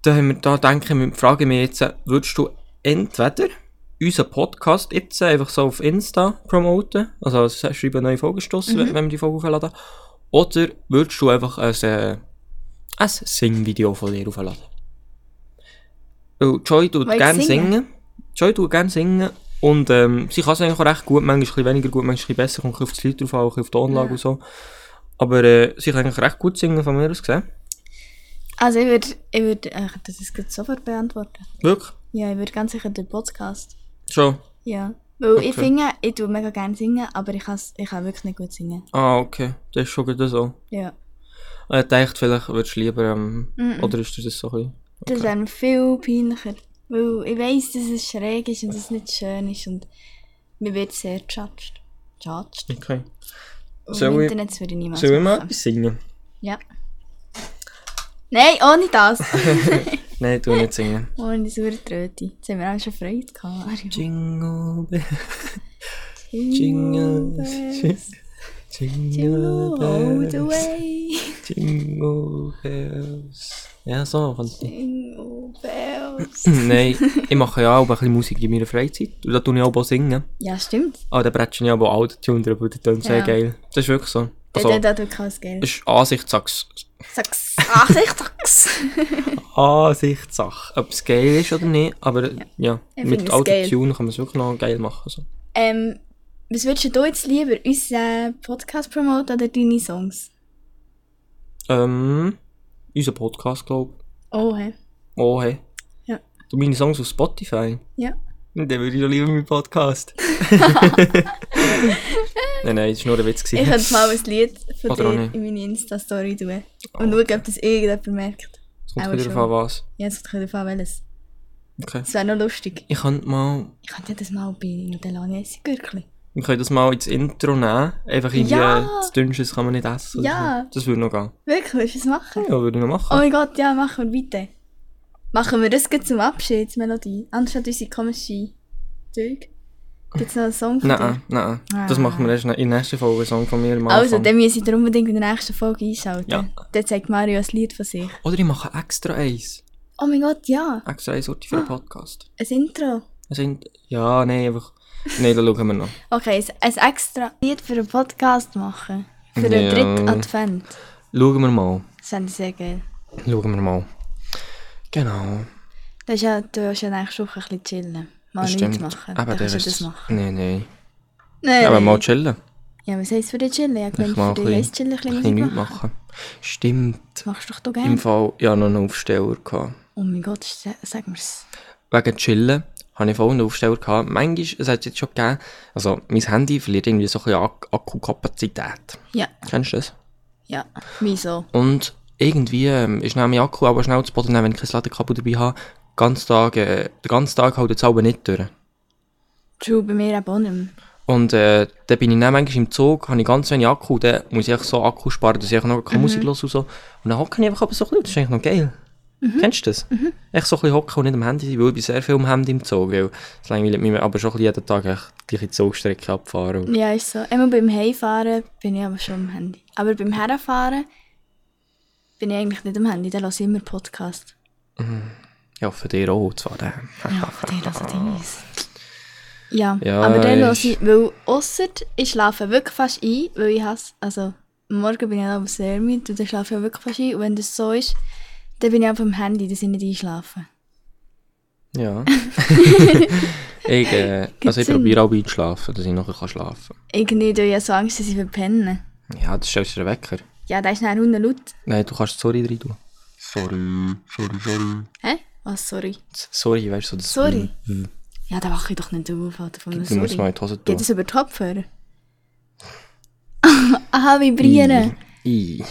Speaker 3: da, haben wir, da denke ich, frage ich mich jetzt, würdest du entweder unseren Podcast jetzt einfach so auf Insta promoten, also als schreiben eine neue Folge stossen,
Speaker 2: Mhm.
Speaker 3: wenn- wenn wir die Folge aufladen, oder würdest du einfach ein, äh, ein Sing-Video von dir aufladen? Weil Joy tut
Speaker 2: Weil ich
Speaker 3: gerne
Speaker 2: singe.
Speaker 3: singen. Joy tut gerne singen und ähm, sie kann es eigentlich auch recht gut, manchmal ein bisschen weniger gut, manchmal ein bisschen besser, kommt ein bisschen auf das Lied drauf an, ein bisschen auf die Tonlage und so. Aber äh, sie kann eigentlich recht gut singen, von mir aus gesehen.
Speaker 2: Also ich würde, ich würde, ich das ist gerade sofort beantworten.
Speaker 3: Wirklich?
Speaker 2: Ja, ich würde ganz sicher den Podcast.
Speaker 3: Schon.
Speaker 2: Ja. Weil ich
Speaker 3: Okay.
Speaker 2: finde, ich tue mega gerne singen, aber ich, kann's- ich kann wirklich nicht gut singen.
Speaker 3: Ah, okay. Das ist schon gut so.
Speaker 2: Ja.
Speaker 3: Ich dachte, vielleicht würdest du lieber, ähm,
Speaker 2: Mhm.
Speaker 3: oder ist dir das so ein bisschen...
Speaker 2: Das wäre mir viel peinlicher. Weil ich weiss, dass es schräg ist und dass es nicht schön ist und man wird sehr judged. Judged?
Speaker 3: Okay.
Speaker 2: Und
Speaker 3: Soll
Speaker 2: Im
Speaker 3: ich-
Speaker 2: Internet würde ich niemals
Speaker 3: Sollen wir mal
Speaker 2: machen.
Speaker 3: etwas singen?
Speaker 2: Ja. Nein, ohne das.
Speaker 3: Nein, tu nicht singen.
Speaker 2: ohne die saure Tröte. Jetzt haben wir auch schon Freude gehabt, Mario.
Speaker 3: Jingle bells, jingle bells, jingle
Speaker 2: All the
Speaker 3: bells,
Speaker 2: way.
Speaker 3: jingle bells. Ja, so fand ich.
Speaker 2: Jingle bells.
Speaker 3: Nein, ich mache ja auch ein bisschen Musik in meiner Freizeit. Und da tue ich auch singen.
Speaker 2: Ja, stimmt.
Speaker 3: Aber da bretsche ich auch Autotune drüber, die tönt sehr
Speaker 2: Ja.
Speaker 3: geil. Das ist wirklich so.
Speaker 2: Das
Speaker 3: Also,
Speaker 2: hat wirklich alles Geld.
Speaker 3: ist Ansichtssache.
Speaker 2: Sag's.
Speaker 3: Ah,
Speaker 2: Ach, ich sag's.
Speaker 3: Ansichtssache. Ob es geil ist oder nicht, aber ja,
Speaker 2: Ich
Speaker 3: mit
Speaker 2: finde es geil.
Speaker 3: Autotune kann man es wirklich noch geil machen. So.
Speaker 2: Ähm, was würdest du jetzt lieber? Unseren Podcast promoten oder deine Songs?
Speaker 3: Ähm, unser Podcast, glaube
Speaker 2: Oh, hä?
Speaker 3: ich. Oh, hey.
Speaker 2: Ja.
Speaker 3: Du meine Songs auf Spotify?
Speaker 2: Ja.
Speaker 3: Dann würde ich doch lieber meinen Podcast. nein, nein, das war nur ein Witz.
Speaker 2: Ich könnte mal ein Lied von
Speaker 3: Oder auch
Speaker 2: dir
Speaker 3: nicht. Oh,
Speaker 2: in meine Insta-Story tun. Und schauen, ob das irgendjemand merkt.
Speaker 3: Es kommt
Speaker 2: aber
Speaker 3: wieder
Speaker 2: schon.
Speaker 3: auf was.
Speaker 2: Ja, es kommt darauf an, welches.
Speaker 3: Okay.
Speaker 2: Das wäre noch lustig.
Speaker 3: Ich könnte mal...
Speaker 2: Ich könnte das mal bei Delani essen, Gürkli.
Speaker 3: Wir können das mal ins Intro nehmen. Einfach irgendwie...
Speaker 2: Ja.
Speaker 3: Das Dünnste kann man nicht essen. oder
Speaker 2: Ja.
Speaker 3: so. Das würde noch gehen.
Speaker 2: Wirklich, willst du es machen?
Speaker 3: Ja, würde ich noch
Speaker 2: Oh
Speaker 3: machen.
Speaker 2: mein Gott, ja, machen wir weiter. Machen wir das gleich zum Abschied, die Melodie. Anstatt unsere komische Zeug. Gibt es noch einen Song von dir?
Speaker 3: Nein, nein. Das machen wir erst in der nächsten Folge. Einen Song von mir am
Speaker 2: Ah. Also,
Speaker 3: Anfang.
Speaker 2: dann müsst ihr unbedingt in der nächsten Folge einschalten.
Speaker 3: Ja.
Speaker 2: Dann zeigt Mario ein Lied von sich.
Speaker 3: Oder ich mache extra eins.
Speaker 2: Oh mein Gott, ja.
Speaker 3: Extra eins sollte ich für
Speaker 2: Ah.
Speaker 3: den Podcast.
Speaker 2: Ein Intro.
Speaker 3: Es sind... Ja, nein, einfach... Nein, da schauen wir noch.
Speaker 2: Okay, ein- ein extra Lied für einen Podcast machen. Für den
Speaker 3: Ja.
Speaker 2: dritten Advent.
Speaker 3: Schauen wir mal.
Speaker 2: Das fände ich sehr geil.
Speaker 3: Schauen wir mal. Genau.
Speaker 2: Das ist ja, du hast ja nächste Woche ein bisschen chillen.
Speaker 3: Das
Speaker 2: Mal Ah, nichts
Speaker 3: stimmt. Ah,
Speaker 2: machen.
Speaker 3: Aber
Speaker 2: dann
Speaker 3: der
Speaker 2: kannst du
Speaker 3: ist.
Speaker 2: das machen.
Speaker 3: Nein, nein.
Speaker 2: Nein,
Speaker 3: Aber mal
Speaker 2: nein.
Speaker 3: chillen.
Speaker 2: Ja, was heisst für dich chillen? Ja, wenn
Speaker 3: Ich mal
Speaker 2: für
Speaker 3: ein
Speaker 2: dich heisst
Speaker 3: bisschen,
Speaker 2: chillen,
Speaker 3: ein
Speaker 2: ein bisschen
Speaker 3: bisschen
Speaker 2: Musik
Speaker 3: nichts
Speaker 2: machen. Hm.
Speaker 3: machen. Stimmt.
Speaker 2: Das machst du doch du
Speaker 3: Im
Speaker 2: gerne.
Speaker 3: Fall, ja, noch einen Aufsteller gehabt.
Speaker 2: Oh mein Gott, sa- sag mir's.
Speaker 3: Wegen Chillen hatte ich voll einen Aufsteller gehabt. Manchmal, es hat es jetzt schon gegeben, also mein Handy verliert irgendwie so ein bisschen Ak- Akkukapazität.
Speaker 2: Ja,
Speaker 3: Kennst du das?
Speaker 2: ja. Wieso?
Speaker 3: Und irgendwie ähm, ist dann mein Akku aber schnell zu Boden, genommen, wenn ich kein Ladekabel dabei habe. Den ganzen Tag, äh, den ganzen Tag hält es aber nicht durch.
Speaker 2: True, bei mir eben auch nicht mehr.
Speaker 3: Und äh, dann bin ich dann manchmal im Zug, habe ich ganz wenig Akku, dann muss ich echt so Akku sparen, dass ich echt noch keine Musik höre und so. Und dann hocke ich einfach aber so ein bisschen, das ist eigentlich noch geil. Kennst du das? Echt so ein bisschen hocken und nicht am Handy sein, weil ich bin sehr viel am Handy im Zug, weil es langweilt mich aber schon ein bisschen jeden Tag echt die gleiche Zugstrecke abfahren. Und
Speaker 2: Ja, ist so. Immer beim Heimfahren bin ich aber schon am Handy. Aber beim Herfahren bin ich eigentlich nicht am Handy, dann höre ich immer Podcast.
Speaker 3: Ja, für dich auch, zwar der.
Speaker 2: Ja, von dir also deins. Ja,
Speaker 3: Ja,
Speaker 2: aber dann höre
Speaker 3: ist-
Speaker 2: ich, weil ausser ich schlafe wirklich fast ein, weil ich hasse, also am morgen bin ich dann aber sehr müde und dann schlafe ich auch wirklich fast ein und wenn das so ist, dann bin ich auf dem Handy, dann sind ich nicht einschlafen.
Speaker 3: Ja. ich, äh, also ich
Speaker 2: Sinn?
Speaker 3: probiere auch einzuschlafen, dass ich nachher kann schlafen
Speaker 2: Irgendwie habe ich ja so Angst, dass ich verpenne.
Speaker 3: kann. Ja, das stellst du den Wecker.
Speaker 2: Ja, da ist dann runter laut.
Speaker 3: Nein, du kannst sorry rein tun. Sorry, sorry, sorry.
Speaker 2: Hä? Was, sorry?
Speaker 3: Sorry, weißt du, so das
Speaker 2: Sorry? Ja, da wache ich doch nicht auf, Alter, von einem
Speaker 3: Du musst mal
Speaker 2: Sorry.
Speaker 3: in die Hose
Speaker 2: Geht
Speaker 3: tun.
Speaker 2: das über die Kopfhörer? Aha, vibrieren.
Speaker 3: I. Das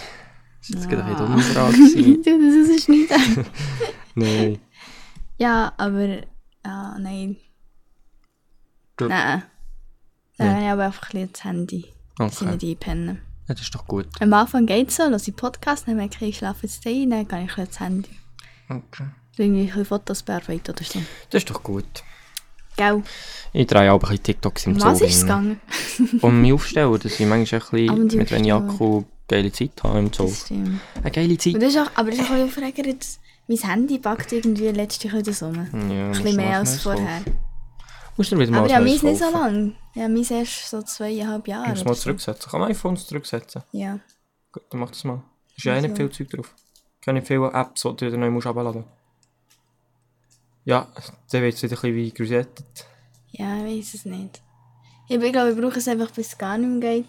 Speaker 3: ist jetzt gerade eine
Speaker 2: Ah.
Speaker 3: dumme Frage. gewesen.
Speaker 2: Du, das ist nicht...
Speaker 3: Nein.
Speaker 2: Ja, aber. Ja, nein.
Speaker 3: Du-
Speaker 2: Nein. Dann habe ich aber einfach ein bisschen das Handy. Okay.
Speaker 3: Okay.
Speaker 2: Sind nicht einpennen.
Speaker 3: Ja, das ist doch gut.
Speaker 2: Am Anfang geht es so, höre ich Podcast, dann merke ich, ich schlafe jetzt ein, dann gehe ich ein bisschen das Handy.
Speaker 3: Okay.
Speaker 2: Schaue irgendwie ein bisschen Fotos bearbeiten oder so.
Speaker 3: Das ist doch gut.
Speaker 2: Gell?
Speaker 3: Ich drehe auch ein bisschen TikToks im
Speaker 2: Was
Speaker 3: Zoo
Speaker 2: ist es
Speaker 3: rein.
Speaker 2: gegangen?
Speaker 3: Um mich aufzustellen, dass ich manchmal ein
Speaker 2: Ah, und
Speaker 3: bisschen
Speaker 2: die
Speaker 3: mit wenig
Speaker 2: Aufstellung.
Speaker 3: Akku geile Zeit habe im Zoo.
Speaker 2: Das stimmt.
Speaker 3: Eine geile Zeit.
Speaker 2: Und das ist auch, aber das ist auch ein bisschen aufregend. jetzt- Mein Handy packt irgendwie letztlich wieder so. Ein
Speaker 3: Ja, musst du
Speaker 2: bisschen mehr
Speaker 3: mal
Speaker 2: als
Speaker 3: ein neues
Speaker 2: vorher.
Speaker 3: kaufen. Musst du dir wieder mal
Speaker 2: Aber
Speaker 3: ein
Speaker 2: ja,
Speaker 3: neues
Speaker 2: meins nicht so
Speaker 3: kaufen.
Speaker 2: lang. Ja, meins erst so zweieinhalb Jahre.
Speaker 3: Ich muss
Speaker 2: oder
Speaker 3: mal
Speaker 2: Ah, so.
Speaker 3: zurücksetzen. Kann man iPhones zurücksetzen?
Speaker 2: Ja.
Speaker 3: Gut, dann mach das mal. Ist ja eh nicht viel Zeug drauf. Ich habe nicht viele Apps, die du neu musst abladen Ja, dann wird es wieder ein bisschen wie grusettet.
Speaker 2: Ja, ich weiß es nicht. Ich bin- glaube, ich brauche es einfach, bis es gar nicht mehr geht.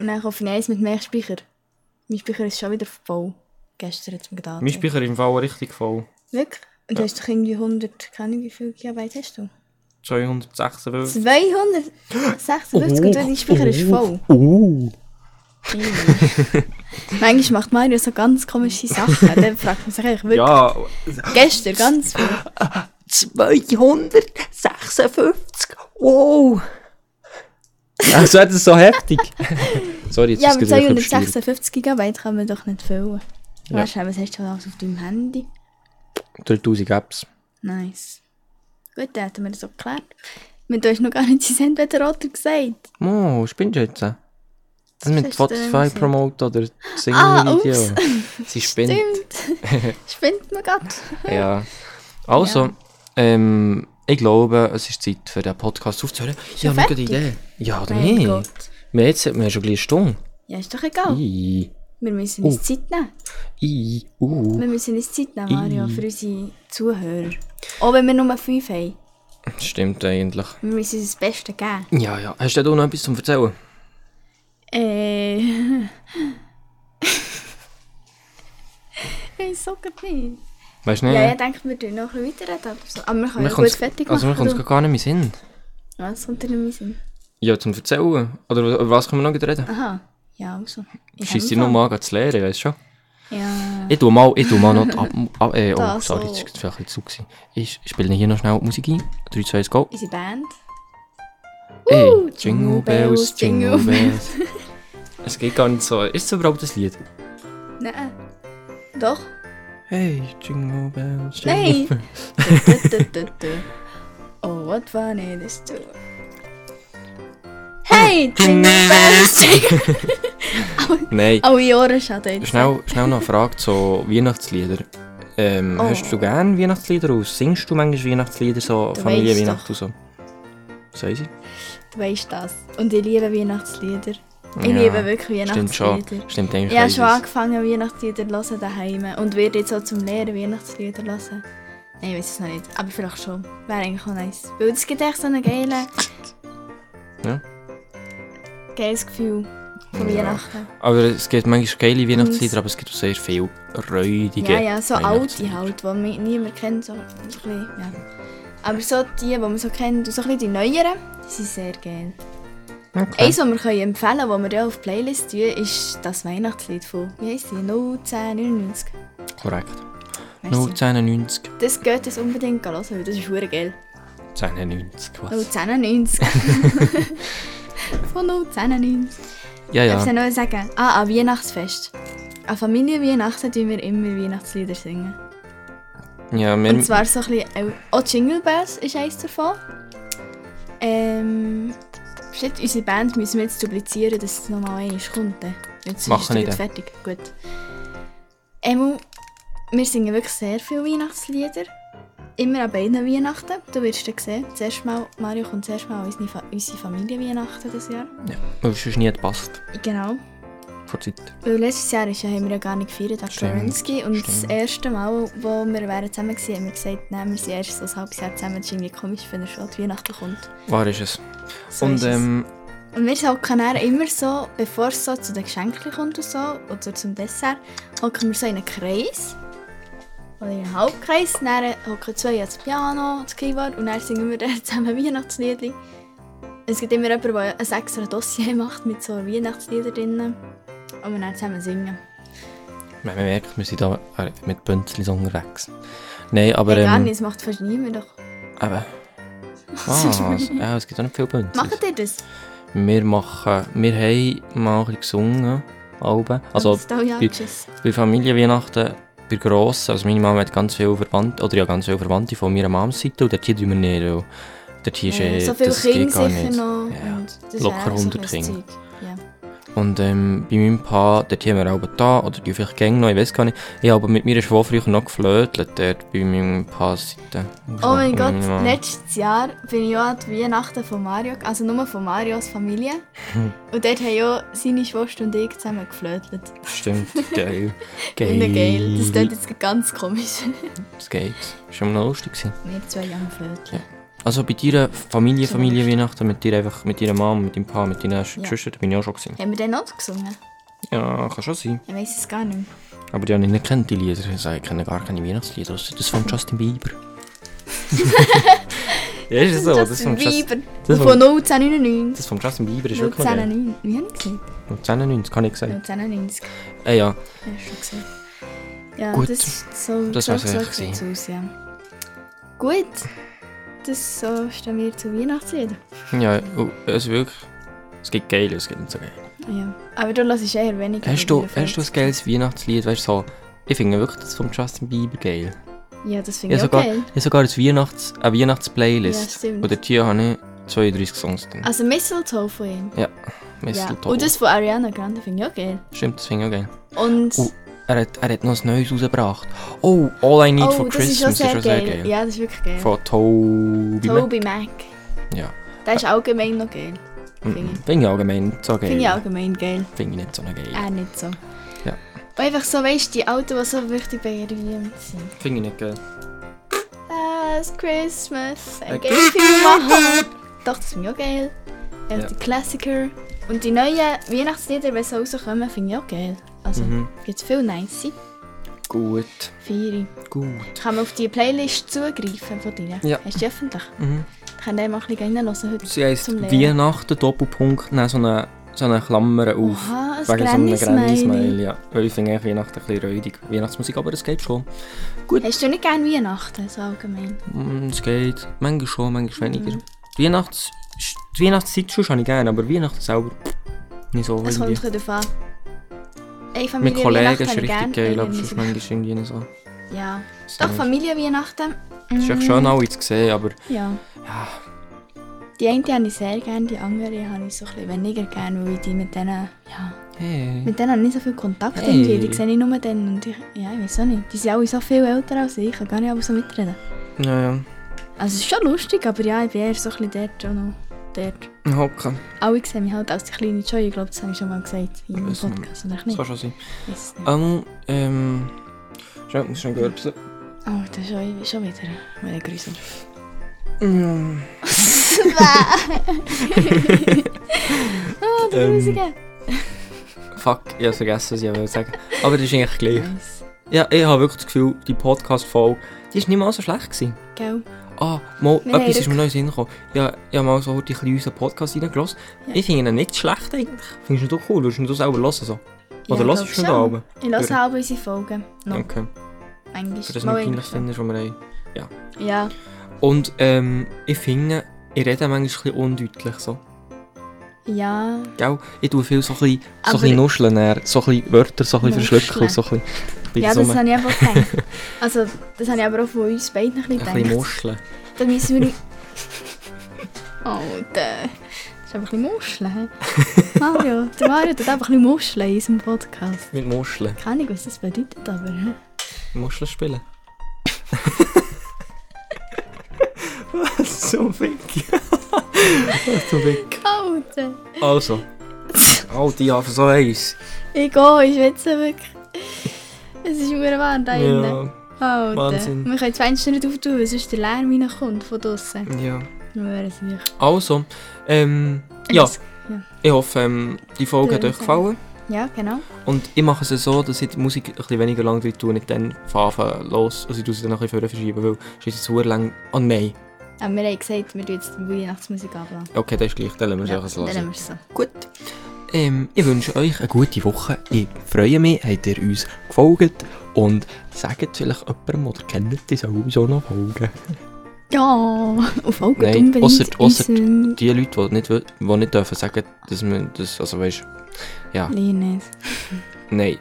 Speaker 2: Und dann kaufe ich eins mit mehr Speicher. Mein Speicher ist schon wieder voll. Gestern hat es mir gedacht.
Speaker 3: Mein Speicher ist im Fall richtig voll.
Speaker 2: Wirklich? Und du hast doch irgendwie 100, keine Ahnung, wie viel Gigabyte hast du?
Speaker 3: 256.
Speaker 2: 256
Speaker 3: Oh,
Speaker 2: und dein Speicher ist voll.
Speaker 1: Uh.
Speaker 2: Eww. Manchmal macht Mario so ganz komische Sachen. Dann fragt man sich eigentlich wirklich.
Speaker 3: Ja,
Speaker 2: Gestern ganz viel.
Speaker 3: 256. Wow. Also das ist so heftig. Sorry, jetzt
Speaker 2: Ja,
Speaker 3: ist
Speaker 2: aber
Speaker 3: es gerade wirklich übersteuert.
Speaker 2: 256 Gigabyte kann man doch nicht füllen. Weißt du, was hast du alles auf deinem Handy?
Speaker 3: 3000 Apps.
Speaker 2: Nice. Gut, dann hätten wir das auch geklärt. Mit euch noch gar nicht sein Sendwetterrotter gesagt.
Speaker 3: Oh, spinnst du jetzt? Das mit
Speaker 2: hast du denn
Speaker 3: Spotify
Speaker 2: gesagt?
Speaker 3: Promote oder
Speaker 2: Ah,
Speaker 3: Single-Video. Sie spinnt.
Speaker 2: Stimmt. Spinnt man gerade.
Speaker 3: Ja. Also, ähm, ich glaube, es ist Zeit für den Podcast aufzuhören. Ich habe eine gute
Speaker 2: fertig?
Speaker 3: Idee. Ja, oder
Speaker 2: Mein
Speaker 3: nicht?
Speaker 2: Gott.
Speaker 3: Wir jetzt haben wir schon gleich eine Stunde.
Speaker 2: Ja, ist doch egal.
Speaker 3: I,
Speaker 2: Wir müssen uns Zeit nehmen.
Speaker 3: I, uh.
Speaker 2: Wir müssen uns Zeit nehmen, Mario, für unsere Zuhörer. Auch wenn wir nur fünf haben.
Speaker 3: Stimmt eigentlich.
Speaker 2: Wir müssen uns das Beste geben.
Speaker 3: Ja, ja. Hast du da noch etwas zum Erzählen?
Speaker 2: Äh. ich weiß so gut nicht.
Speaker 3: Weißt du nicht?
Speaker 2: Ja, ich denke, wir tun noch ein bisschen weiterreden oder so. Aber wir
Speaker 3: Mir
Speaker 2: können ja gut
Speaker 3: kommt's-
Speaker 2: fertig machen.
Speaker 3: also, mir kommt es
Speaker 2: du.
Speaker 3: gar nicht mehr Sinn.
Speaker 2: Was kommt denn in meinen Sinn?
Speaker 3: Ja, zum Erzählen. Oder über was können wir noch gerade reden?
Speaker 2: Aha. Ja, Ah, also. Ich
Speaker 3: Scheiss
Speaker 2: hab
Speaker 3: dich
Speaker 2: einen
Speaker 3: nur mal an zu lehren, weißt du schon?
Speaker 2: Plan. Ja.
Speaker 3: Ich tu mal, ich tu mal noch die ab, ab, äh, oh,
Speaker 2: Das
Speaker 3: sorry,
Speaker 2: so.
Speaker 3: das ist vielleicht ein bisschen zu. gewesen. Ich spiele hier noch schnell die Musik ein. 3, 2, 1, go.
Speaker 2: Unsere Band.
Speaker 3: Ey,
Speaker 2: Uh,
Speaker 3: Jingle
Speaker 2: Jingle
Speaker 3: Bells,
Speaker 2: Bells,
Speaker 3: Jingle
Speaker 2: Jingle
Speaker 3: Bells. es geht gar nicht so. Ist es überhaupt das Lied?
Speaker 2: Nein. Doch.
Speaker 3: Hey, Jingle Bells, Jingle
Speaker 2: Nein.
Speaker 3: Bells.
Speaker 2: Du, du, du, du. Oh, what fun it is to... Hey, Jingle Bells, Jingle...
Speaker 3: Nein.
Speaker 2: Oh, ich Ohrenschaden jetzt.
Speaker 3: Schnell, schnell noch eine Frage zu Weihnachtslieder. Ähm,
Speaker 2: Oh.
Speaker 3: Hast du gerne Weihnachtslieder aus? Singst du manchmal Weihnachtslieder, so
Speaker 2: Du
Speaker 3: Familienweihnachten und so? Sei sie?
Speaker 2: Du weißt das. Und ich liebe Weihnachtslieder. Ich
Speaker 3: Ja,
Speaker 2: liebe wirklich
Speaker 3: Stimmt schon.
Speaker 2: Weihnachtslieder.
Speaker 3: Stimmt eigentlich.
Speaker 2: Ich habe
Speaker 3: weiss
Speaker 2: schon
Speaker 3: ich's.
Speaker 2: angefangen, Weihnachtslieder zu hören daheim. Und werde jetzt auch zum Lehren Weihnachtslieder hören. Nein, ich weiß es noch nicht. Aber vielleicht schon. Wäre eigentlich auch nice. Weil es gibt echt so einen geilen...
Speaker 3: Ja.
Speaker 2: Geiles Gefühl von Weihnachten.
Speaker 3: Aber es gibt manchmal geile Weihnachtslieder, aber es gibt auch sehr viele räudige.
Speaker 2: Ja, ja, so alte
Speaker 3: Weihnachtslieder.
Speaker 2: halt, die man niemand kennt. So, so ein bisschen, ja. Aber so die, die man so kennt, und so ein bisschen die neueren, die sind sehr geil.
Speaker 3: Okay.
Speaker 2: Eins, was wir können empfehlen können, das wir ja auf die Playlist tun, ist das Weihnachtslied von, wie heisst die, 01099.
Speaker 3: Korrekt.
Speaker 2: Merci.
Speaker 3: 091,
Speaker 2: Das geht das unbedingt hören, weil das ist verdammt geil.
Speaker 3: 92,
Speaker 2: Oh,
Speaker 3: was?
Speaker 2: 01099. von 01099.
Speaker 3: Ja,
Speaker 2: Darf ich
Speaker 3: ja.
Speaker 2: dir noch sagen? Ah, an Weihnachtsfest. An Familienweihnachten tun wir immer Weihnachtslieder singen.
Speaker 3: Ja, wir,
Speaker 2: Und zwar so ein bisschen, äh, auch Jingle Bells ist eins davon. Ähm, shit, unsere Band müssen wir eh. jetzt duplizieren, dass es nochmal eins kommt. dann. Jetzt
Speaker 3: Machen
Speaker 2: ist es
Speaker 3: nicht,
Speaker 2: gut
Speaker 3: ja.
Speaker 2: fertig. Gut. Emu, wir singen wirklich sehr viele Weihnachtslieder. Immer an beiden Weihnachten. Du wirst dann sehen. Das erste Mal, Mario kommt zuerst mal an unsere Fa- unsere Familie Weihnachten dieses Jahr.
Speaker 3: Ja. Weil es sonst nie gepasst
Speaker 2: Genau.
Speaker 3: vor der Zeit.
Speaker 2: Weil letztes Jahr ist ja, haben wir ja gar nicht gefeiert an
Speaker 3: Stimmt,
Speaker 2: Kerensky. Und das
Speaker 3: stimmt.
Speaker 2: erste Mal, wo wir wären zusammen waren, haben wir gesagt, nein, wir sind erst so ein halbes Jahr zusammen. Das ist irgendwie komisch, wenn er schon an die Weihnachten kommt.
Speaker 3: Wahr ist es.
Speaker 2: So
Speaker 3: und
Speaker 2: ist es.
Speaker 3: ähm,
Speaker 2: Und wir hocken dann immer so, bevor es so zu den Geschenken kommt und so, oder zum Dessert, hocken wir so in einen Kreis. Oder in einen Halbkreis. Dann hocken zwei ans Piano, ans Keyboard und dann singen wir dann zusammen Weihnachtslieder. Es gibt immer jemanden, der ein extra Dossier macht mit so Weihnachtslieder drinnen. Und wir dann zusammen singen.
Speaker 3: man merkt, wir sind da äh, mit Bünzlis unterwegs. Nein, aber...
Speaker 2: Aber, hey, gar
Speaker 3: ähm,
Speaker 2: nicht, das macht fast niemand doch.
Speaker 3: Eben. Was? ja, es gibt auch nicht viele Bünzlis.
Speaker 2: Macht ihr das?
Speaker 3: Wir machen... Wir haben mal ein bisschen gesungen. Alben. Also
Speaker 2: das ja,
Speaker 3: bei-
Speaker 2: tschüss.
Speaker 3: Bei Familienweihnachten, bei Grossen, also meine Mama hat ganz viele Verwandte, oder ja, ganz viele Verwandte von meiner Mams Seite, und dort hier tun wir nicht, weil dort hier ist
Speaker 2: Ja,
Speaker 3: äh,
Speaker 2: so viele
Speaker 3: das geht
Speaker 2: Kinder
Speaker 3: gar
Speaker 2: sicher
Speaker 3: nicht.
Speaker 2: noch.
Speaker 3: Ja.
Speaker 2: Und das
Speaker 3: Locker
Speaker 2: wäre auch so
Speaker 3: 100
Speaker 2: ein
Speaker 3: Kinder.
Speaker 2: Zeug. Ja. Oh
Speaker 3: Und ähm, bei meinem Pa, dort haben wir auch da, oder die vielleicht gängig noch, ich weiß gar nicht, ich habe aber mit meiner Schwester früher noch geflötelt, dort bei meinem Pa Seite.
Speaker 2: Oh mein
Speaker 3: Und
Speaker 2: Gott,
Speaker 3: meine Mama.
Speaker 2: letztes Jahr bin ich ja an die Weihnachten von Mario, also nur von Marios Familie. und dort haben ja seine Schwester und ich zusammen geflötet.
Speaker 3: Stimmt, geil.
Speaker 2: Finde geil. Das klingt jetzt ganz komisch.
Speaker 3: Das geht. Das war noch lustig. gewesen.
Speaker 2: Wir zwei am Flöten.
Speaker 3: Also bei deiner Familie,
Speaker 2: So
Speaker 3: Familienweihnachten, mit dir einfach, mit deiner Mama, mit deinem Pa, mit deinen Sch Geschwistern, da bin ich auch schon gewesen.
Speaker 2: Haben wir den noch gesungen?
Speaker 3: Ja, kann schon sein.
Speaker 2: Ich weiß es gar nicht mehr.
Speaker 3: Aber die habe ich nicht kennt, die Lieder. Ich sage, ich kenne gar keine Weihnachtslieder, ausser das von Justin Bieber. ja, ist es so. Das von
Speaker 2: Justin
Speaker 3: Justin,
Speaker 2: Bieber.
Speaker 3: das
Speaker 2: von
Speaker 3: von-
Speaker 2: 1999.
Speaker 3: das von Justin Bieber ist wirklich noch geil.
Speaker 2: 1999. Wie haben wir gesagt?
Speaker 3: 1990, kann ich sagen.
Speaker 2: 1999.
Speaker 3: Ja. Äh, ja,
Speaker 2: Ja, schon gesehen. Ja,
Speaker 3: Gut,
Speaker 2: das, so,
Speaker 3: das
Speaker 2: so,
Speaker 3: war's
Speaker 2: so
Speaker 3: eigentlich
Speaker 2: sieht's aus, ja. Gut, das so stehen wir zu Weihnachtslieder.
Speaker 3: ja, oh, es ist wirklich... Es gibt geil, es gibt nicht so geil.
Speaker 2: Ja. Aber du hörst eher weniger.
Speaker 3: Hast du,
Speaker 2: Lieder,
Speaker 3: hast du ein
Speaker 2: vielleicht.
Speaker 3: geiles Weihnachtslied, weißt du, so... Ich finde wirklich das von Justin Bieber geil.
Speaker 2: Ja, das finde
Speaker 3: Ich
Speaker 2: ich
Speaker 3: habe
Speaker 2: auch
Speaker 3: sogar,
Speaker 2: geil.
Speaker 3: ich habe sogar ein Weihnachts, eine
Speaker 2: Ja,
Speaker 3: Weihnachts-Playlist.
Speaker 2: stimmt.
Speaker 3: und dort hier habe ich 32 Songs drin.
Speaker 2: Also Mistletoe von ihm.
Speaker 3: Ja,
Speaker 2: Ja.
Speaker 3: Mistletoe.
Speaker 2: Und das von Ariana Grande finde ich auch geil.
Speaker 3: Stimmt, das finde ich auch geil.
Speaker 2: Und
Speaker 3: Oh, er hat, er hat noch ein neues rausgebracht. Oh, All I Need
Speaker 2: oh,
Speaker 3: for
Speaker 2: das ist auch
Speaker 3: Christmas
Speaker 2: sehr, geil. Ja, das ist wirklich geil.
Speaker 3: Von Toby Mac.
Speaker 2: Toby Mac.
Speaker 3: Ja. Mm,
Speaker 2: Der ist allgemein noch geil.
Speaker 3: Finde
Speaker 2: Finde ich.
Speaker 3: ich allgemein nicht so geil.
Speaker 2: Finde ich allgemein geil.
Speaker 3: Finde ich nicht so eine geil.
Speaker 2: Äh, nicht so.
Speaker 3: Ja.
Speaker 2: Und einfach so, weißt du, die Alten, die so wichtig bei ihr sind.
Speaker 3: Finde ich nicht geil.
Speaker 2: Last Christmas, I
Speaker 3: Okay.
Speaker 2: gave you my heart. Doch, das finde ich auch geil. Ja.
Speaker 3: Ja.
Speaker 2: Die Klassiker. Und die neuen Weihnachtslieder, wenn sie rauskommen, finde ich auch geil. Also,
Speaker 3: Mhm.
Speaker 2: gibt es viel nice.
Speaker 3: Gut.
Speaker 2: Feiere.
Speaker 3: Gut.
Speaker 2: Kann man auf die Playlist zugreifen von dir?
Speaker 3: Ja.
Speaker 2: Hast du die öffentlich?
Speaker 3: Mhm.
Speaker 2: Kann der mal ein bisschen reinhören heute?
Speaker 3: Sie heisst
Speaker 2: Zum Lernen.
Speaker 3: Weihnachten, Doppelpunkt, dann so eine, so eine Klammer auf.
Speaker 2: Aha, ein
Speaker 3: einem
Speaker 2: Granny-Smiley.
Speaker 3: Granny-Smiley, Ja, weil ich finde eigentlich Weihnachten ein bisschen räudig. Weihnachtsmusik, aber es geht schon.
Speaker 2: Hast du nicht gerne Weihnachten, so allgemein?
Speaker 3: Mm, Es geht. Manchmal schon, manchmal
Speaker 2: Mhm.
Speaker 3: weniger. Die Weihnachts... Die Weihnachtszeit schon habe ich gerne, aber Weihnachten selber... pff, Nicht so
Speaker 2: Es
Speaker 3: irgendwie.
Speaker 2: kommt ein bisschen darauf an.
Speaker 3: Oh
Speaker 2: Ey,
Speaker 3: Mit
Speaker 2: Familie
Speaker 3: Kollegen
Speaker 2: Weihnachten
Speaker 3: ist
Speaker 2: habe ich
Speaker 3: richtig
Speaker 2: gerne.
Speaker 3: geil,
Speaker 2: Ey,
Speaker 3: aber
Speaker 2: wir
Speaker 3: sonst
Speaker 2: sind-
Speaker 3: manchmal ist irgendwie nicht so.
Speaker 2: Ja.
Speaker 3: Das
Speaker 2: Doch,
Speaker 3: ist-
Speaker 2: Familie Weihnachten.
Speaker 3: Es ist echt
Speaker 2: Mhm.
Speaker 3: schön, alle zu sehen, aber
Speaker 2: Ja.
Speaker 3: Ja.
Speaker 2: Die eine habe ich sehr gerne, die andere habe ich so ein bisschen weniger gerne, weil ich die mit denen, ja,
Speaker 3: hey.
Speaker 2: mit denen habe ich nicht so viel Kontakt
Speaker 3: Hey.
Speaker 2: irgendwie. Die sehe ich nur dann und ich, ja, ich weiß auch nicht. Die sind alle so viel älter als ich, ich kann gar nicht alle so mitreden.
Speaker 3: Ja, ja.
Speaker 2: Also es ist schon lustig, aber ja, ich bin eher so ein bisschen dort und noch dort.
Speaker 3: Hocken.
Speaker 2: Alle sehen mich halt als die kleine Joy, ich glaube, das habe ich schon mal gesagt in einem
Speaker 3: Weiss nicht.
Speaker 2: Podcast, oder
Speaker 3: Das
Speaker 2: nicht?
Speaker 3: kann schon sein.
Speaker 2: Ich weiss es nicht.
Speaker 3: Ähm, ähm... Schau, muss schon gerbsen. Ah.
Speaker 2: Oh, das ist schon, schon wieder meine Grüße.
Speaker 3: Ja.
Speaker 2: Ah, die
Speaker 3: Ähm.
Speaker 2: Grusige!
Speaker 3: Fuck, ich habe vergessen, was ich wollte sagen. Aber das ist eigentlich gleich.
Speaker 2: Nice.
Speaker 3: Ja, ich habe wirklich das Gefühl, die Podcast-Folge, die war nicht mal so schlecht. Gewesen.
Speaker 2: Gell?
Speaker 3: Ah, mal,
Speaker 2: Wir haben
Speaker 3: etwas ist
Speaker 2: rück-
Speaker 3: mir neu in den Sinn gekommen. Ja, ich habe mal so heute ein bisschen unseren Podcast reingelassen.
Speaker 2: Ja.
Speaker 3: Ich finde ihn nicht schlecht eigentlich. Findest du ihn doch cool? Würdest du ihn doch selber hören? So? Oder
Speaker 2: Ja,
Speaker 3: hörst du
Speaker 2: glaub
Speaker 3: ihn schon da
Speaker 2: schon.
Speaker 3: oben?
Speaker 2: Ich höre auch unsere Folgen. Noch,
Speaker 3: Okay.
Speaker 2: manchmal.
Speaker 3: Für das
Speaker 2: Mal
Speaker 3: wir peinlich
Speaker 2: manchmal.
Speaker 3: finden, was wir haben.
Speaker 2: Ja.
Speaker 3: Und ähm, ich finde, ich rede manchmal ein bisschen undeutlich. So.
Speaker 2: Ja,
Speaker 3: Gell? Ich tue viel so ein bisschen, so ein
Speaker 2: Aber-
Speaker 3: bisschen nuscheln, dann, so ein bisschen Wörter, so ein bisschen
Speaker 2: Nuscheln.
Speaker 3: verschlucken. und So ein bisschen, Bei
Speaker 2: ja
Speaker 3: so
Speaker 2: das
Speaker 3: einem-
Speaker 2: habe ich einfach gedacht. Also, das habe ich aber auch von uns beiden ein bisschen
Speaker 3: ein bisschen
Speaker 2: gedacht.
Speaker 3: muscheln.
Speaker 2: Dann müssen wir... Oh, der... Das ist einfach ein bisschen Muscheln. hä? Mario, der Mario tut einfach ein bisschen Muscheln in unserem Podcast.
Speaker 3: Mit Muscheln.
Speaker 2: Keine Ahnung, was das bedeutet, aber... hä?
Speaker 3: Muscheln spielen. Was zum Fick? Was zum Fick?
Speaker 2: Alter!
Speaker 3: Also. Oh, die haben so eins.
Speaker 2: Ich gehe, ich witze wirklich. Es ist verdammt warm da innen.
Speaker 3: Ja,
Speaker 2: Alter.
Speaker 3: Wahnsinn.
Speaker 2: Wir können das Fenster nicht auftun, weil sonst der Lärm reinkommt von draussen.
Speaker 3: ja.
Speaker 2: Wir wären es nicht.
Speaker 3: Also, ähm, ja,
Speaker 2: Es-
Speaker 3: ich hoffe, ähm, die Folge hat euch gefallen.
Speaker 2: Ja, genau.
Speaker 3: Und ich mache es ja so, dass ich die Musik ein bisschen weniger lang drin tue und nicht dann von Anfang los. Also ich tue sie dann noch ein bisschen vorher verschieben, weil es ist jetzt sehr lang... Oh nein.
Speaker 2: Aber wir haben gesagt, wir tun jetzt die Weihnachtsmusik anblasen.
Speaker 3: Okay, das ist gleich, dann lassen wir es
Speaker 2: dann
Speaker 3: einfach
Speaker 2: nehmen
Speaker 3: hören.
Speaker 2: wir es so.
Speaker 3: Gut. Ähm, ich wünsche euch eine gute Woche. Ich freue mich, habt ihr uns gefolgt. Und sagt vielleicht jemandem, oder kennt die sowieso noch folgen.
Speaker 2: Ja, auf Augen
Speaker 3: Nein,
Speaker 2: unbedingt.
Speaker 3: ausser- ausser-
Speaker 2: unseren
Speaker 3: Die Leute, die nicht, wö- die nicht dürfen sagen, dass wir das... Also weißt Ah.
Speaker 2: Linus.
Speaker 3: Nein.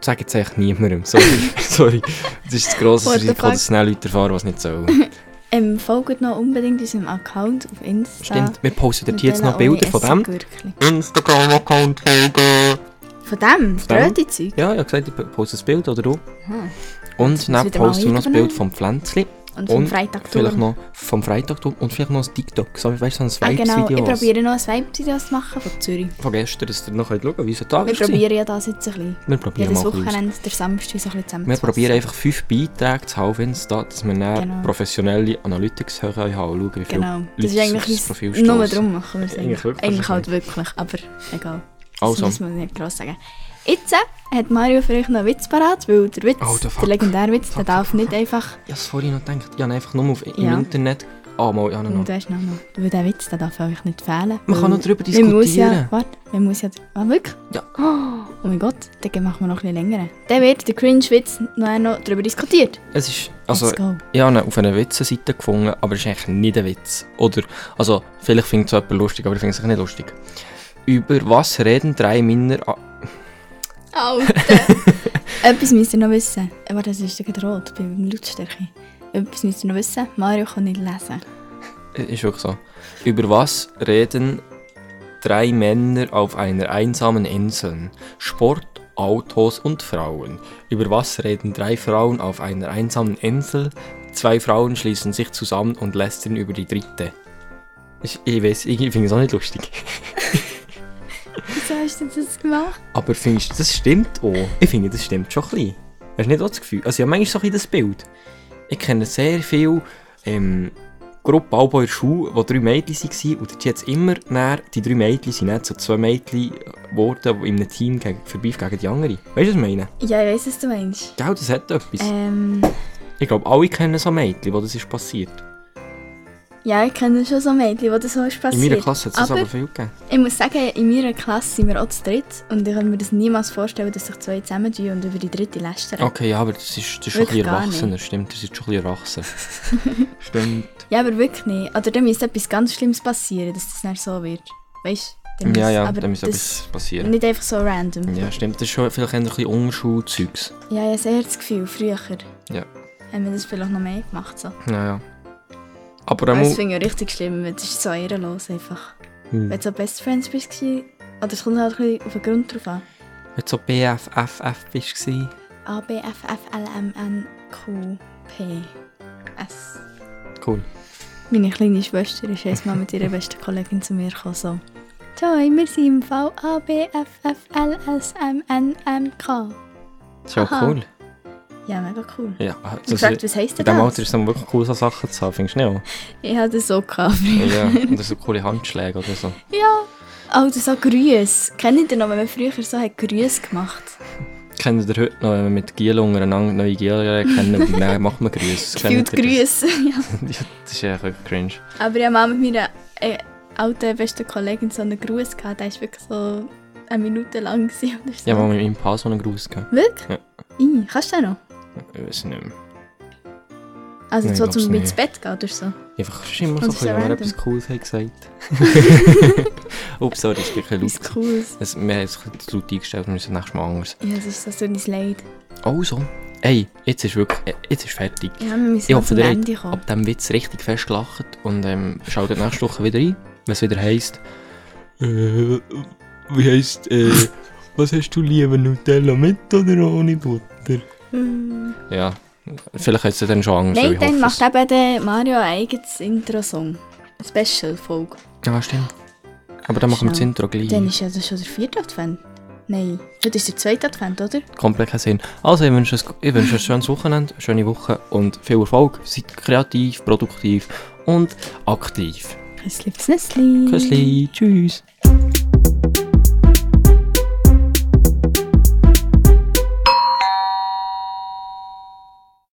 Speaker 3: Sag jetzt eigentlich niemandem. Sorry. Sorry. Das ist das grosse
Speaker 2: What the
Speaker 3: Risiko,
Speaker 2: fuck?
Speaker 3: dass schnell Leute erfahren, was nicht sollen.
Speaker 2: Ähm, folgt noch unbedingt unserem Account auf Insta.
Speaker 3: Stimmt. Wir posten dort
Speaker 2: Mit
Speaker 3: jetzt noch
Speaker 2: denen ohne
Speaker 3: Bilder von dem.
Speaker 2: Essengürkli.
Speaker 3: Instagram-Account folgen.
Speaker 2: Von dem? Das
Speaker 3: Von dem?
Speaker 2: rote Zeug?
Speaker 3: Ja, ich habe gesagt, ich poste ein Bild, oder du?
Speaker 2: Hm.
Speaker 3: Und
Speaker 2: muss
Speaker 3: dann
Speaker 2: wieder mal
Speaker 3: posten wir noch ein
Speaker 2: einübernehmen.
Speaker 3: Bild vom Pflänzli.
Speaker 2: Und vom
Speaker 3: Und
Speaker 2: Freitag
Speaker 3: Vielleicht noch vom Freitag und vielleicht noch ein TikTok. So, weißt du, so
Speaker 2: Ah,
Speaker 3: ein
Speaker 2: genau, ich
Speaker 3: Vibes-Video was-
Speaker 2: probiere noch ein Vibe-Video zu machen von Zürich.
Speaker 3: von gestern, dass ihr noch schauen könnt, wie unser Tag
Speaker 2: Wir
Speaker 3: war.
Speaker 2: probieren ja das jetzt ein bisschen.
Speaker 3: Wir probieren
Speaker 2: Jedes
Speaker 3: mal ein bisschen aus.
Speaker 2: Wochenende, der Samstag, so ein bisschen zusammen
Speaker 3: Wir probieren einfach fünf Beiträge zu haben, wenn es da, dass wir dann
Speaker 2: Genau.
Speaker 3: professionelle Analytics hören können und schauen, wie viele
Speaker 2: Genau, das ist
Speaker 3: Leute
Speaker 2: eigentlich
Speaker 3: aufs
Speaker 2: unser-
Speaker 3: Profil
Speaker 2: Nur
Speaker 3: stossen.
Speaker 2: darum machen wir es eigentlich.
Speaker 3: Eigentlich wirklich,
Speaker 2: Eigentlich halt
Speaker 3: also
Speaker 2: wirklich, aber egal. Das
Speaker 3: Also,
Speaker 2: muss man nicht gross sagen. Jetzt äh, hat Mario vielleicht noch einen Witz parat, weil der Witz,
Speaker 3: Oh, der fuck.
Speaker 2: der legendäre Witz, der
Speaker 3: Fuck,
Speaker 2: darf nicht einfach...
Speaker 3: ich habe es vorhin noch gedacht, ich habe einfach nur auf, im
Speaker 2: Ja.
Speaker 3: Internet... Ah, mal, ich habe
Speaker 2: Und
Speaker 3: noch.
Speaker 2: du hast noch, noch. Weil der Witz, der darf euch nicht fehlen.
Speaker 3: Man kann noch darüber
Speaker 2: Man muss ja...
Speaker 3: diskutieren.
Speaker 2: Warte, man muss ja... Ah, wirklich?
Speaker 3: Ja.
Speaker 2: Oh, oh mein Gott, dann machen wir noch ein bisschen länger. Dann wird der Cringe-Witz noch, noch darüber diskutiert.
Speaker 3: Es ist, also,
Speaker 2: Let's go.
Speaker 3: ich habe ihn auf einer Witzeseite gefunden, aber es ist eigentlich nicht ein Witz. Oder, also, vielleicht findet es jemand lustig, aber ich finde es eigentlich nicht lustig. Über was reden drei Männer... a-
Speaker 2: Alter! Etwas müsst ihr noch wissen. Aber das ist gerade rot bei der Lautstärke. Etwas müsst ihr noch wissen. Mario kann nicht lesen.
Speaker 3: Es äh, Ist wirklich so. Über was reden drei Männer auf einer einsamen Insel? Sport, Autos und Frauen. Über was reden drei Frauen auf einer einsamen Insel? Zwei Frauen schließen sich zusammen und lästern über die dritte. Ich, ich weiß, ich finde es auch nicht lustig.
Speaker 2: Wieso hast du das gemacht?
Speaker 3: Aber findest du, das stimmt auch? Ich finde, das stimmt schon ein bisschen. Hast du nicht auch das Gefühl? Also ich habe manchmal so ein bisschen das Bild. Ich kenne sehr viele ähm, Gruppen auch in der Schule, wo drei Mädchen waren und die jetzt immer näher, die drei Mädchen sind nicht so zwei Mädchen geworden, die in einem Team gegen, vorbei gegen die andere. Weißt du, was ich meine?
Speaker 2: Ja, ich weiss, was du meinst.
Speaker 3: Gell, das hat etwas.
Speaker 2: Ähm,
Speaker 3: Ich glaube, alle kennen so Mädchen, wo das ist passiert.
Speaker 2: ja, ich kenne schon so Mädchen, wo das so ist
Speaker 3: In
Speaker 2: passiert.
Speaker 3: meiner Klasse hat es das
Speaker 2: aber Äh.
Speaker 3: aber viel gegeben.
Speaker 2: Ich muss sagen, in meiner Klasse sind wir auch zu dritt. Und ich kann mir das niemals vorstellen, dass sich zwei zusammentun und über die dritte lästern.
Speaker 3: Okay, ja, aber das ist, das ist schon ein
Speaker 2: Wirklich
Speaker 3: bisschen
Speaker 2: gar nicht.
Speaker 3: erwachsener, stimmt. Das ist schon ein bisschen erwachsener. stimmt.
Speaker 2: Ja, aber wirklich nicht. Oder dann müsste etwas ganz Schlimmes passieren, dass das nicht so wird. Weißt du?
Speaker 3: Ja, ja,
Speaker 2: aber
Speaker 3: da muss
Speaker 2: das
Speaker 3: etwas Mhm. passieren.
Speaker 2: Nicht einfach so random.
Speaker 3: Ja, stimmt. Das ist schon vielleicht eher ein bisschen Unschuldzeugs.
Speaker 2: Ja, ich habe sehr das Gefühl, früher
Speaker 3: Ja.
Speaker 2: haben wir das vielleicht noch mehr gemacht. So.
Speaker 3: Ja, ja. Aber
Speaker 2: Aber das
Speaker 3: einmal...
Speaker 2: finde ich richtig schlimm, weil das ist so ehrenlos einfach.
Speaker 3: Hm.
Speaker 2: Wenn du so Best Friends bist, gewesen- oder es kommt halt ein bisschen auf den Grund drauf an.
Speaker 3: Wenn du so BFFF bist, war,
Speaker 2: A, B, F, F, L, M, N, Q, P, S.
Speaker 3: cool.
Speaker 2: Meine kleine Schwester ist erst mal mit ihrer besten Kollegin zu mir gekommen. So. Joy, wir sind im V, A, B, F, F, L, S, M, N, M, K.
Speaker 3: Das ist auch
Speaker 2: Aha.
Speaker 3: cool.
Speaker 2: Ja, mega cool.
Speaker 3: Ja,
Speaker 2: Ich
Speaker 3: das
Speaker 2: gefragt,
Speaker 3: ist,
Speaker 2: was heisst
Speaker 3: in
Speaker 2: denn
Speaker 3: diesem
Speaker 2: das?
Speaker 3: Alter ist es wirklich cool, so Sachen zu haben, findest du nicht auch?
Speaker 2: Ich hatte so gehabt.
Speaker 3: Ja, oder so coole Handschläge oder so.
Speaker 2: Alter, so Grüß. Kennt ihr noch, wenn man früher so hat Grüß gemacht
Speaker 3: Kennt ihr heute noch, wenn wir mit Giel untereinander neue Giel kennen und dann macht man Grüße?
Speaker 2: Gefühlt Grüß. ja.
Speaker 3: Das? ja, das ist echt wirklich cringe.
Speaker 2: Aber ich habe mal mit meiner äh, alten besten Kollegin so einen Gruß gehabt. Der war wirklich so eine Minute lang. gewesen Oder so.
Speaker 3: Ich habe mal mit meinem Paar so einen Gruß gegeben.
Speaker 2: Wirklich?
Speaker 3: Ja.
Speaker 2: Ih, kannst du den noch?
Speaker 3: Ich weiß nicht mehr.
Speaker 2: Also,
Speaker 3: Nein,
Speaker 2: so
Speaker 3: ich glaub's
Speaker 2: zum
Speaker 3: nicht.
Speaker 2: ins Bett gehen oder so.
Speaker 3: Einfach es ist immer so,
Speaker 2: Und das ist
Speaker 3: cool,
Speaker 2: ja
Speaker 3: wenn wir
Speaker 2: random.
Speaker 3: etwas Cooles haben gesagt. Ups, sorry, ist wirklich laut.
Speaker 2: Etwas Cooles.
Speaker 3: Es, wir haben es ein bisschen zu laut eingestellt, wir müssen nächstes Mal anders.
Speaker 2: Ja, das ist so, es tut uns leid.
Speaker 3: Also, ey, jetzt ist wirklich, äh, jetzt ist fertig.
Speaker 2: Ja, wir müssen
Speaker 3: Ich
Speaker 2: noch
Speaker 3: hoffe,
Speaker 2: zum
Speaker 3: ihr
Speaker 2: Ende
Speaker 3: habt
Speaker 2: kommen.
Speaker 3: ab diesem Witz richtig fest gelacht und ähm, schaltet nächste Woche wieder ein, wenn es wieder heisst, Äh, wie heisst, äh, was hast du lieber, Nutella mit oder ohne Butter? Ja, vielleicht hat es dann schon Angst.
Speaker 2: Hm. Nein, dann macht eben der Mario ein eigenes Intro-Song. Eine Special-Folge.
Speaker 3: Ja, stimmt. Aber dann machen wir das
Speaker 2: Schnell.
Speaker 3: Intro gleich.
Speaker 2: Dann ist ja das schon der vierte Advent. Nein, heute ist der zweite Advent, oder?
Speaker 3: Komplett keinen Sinn. Also, ich wünsche, ein- ich wünsche ein schönes Wochenende, eine schöne Woche und viel Erfolg. Seid kreativ, produktiv und aktiv.
Speaker 2: Küssli, Küssli.
Speaker 3: Küssli, tschüss.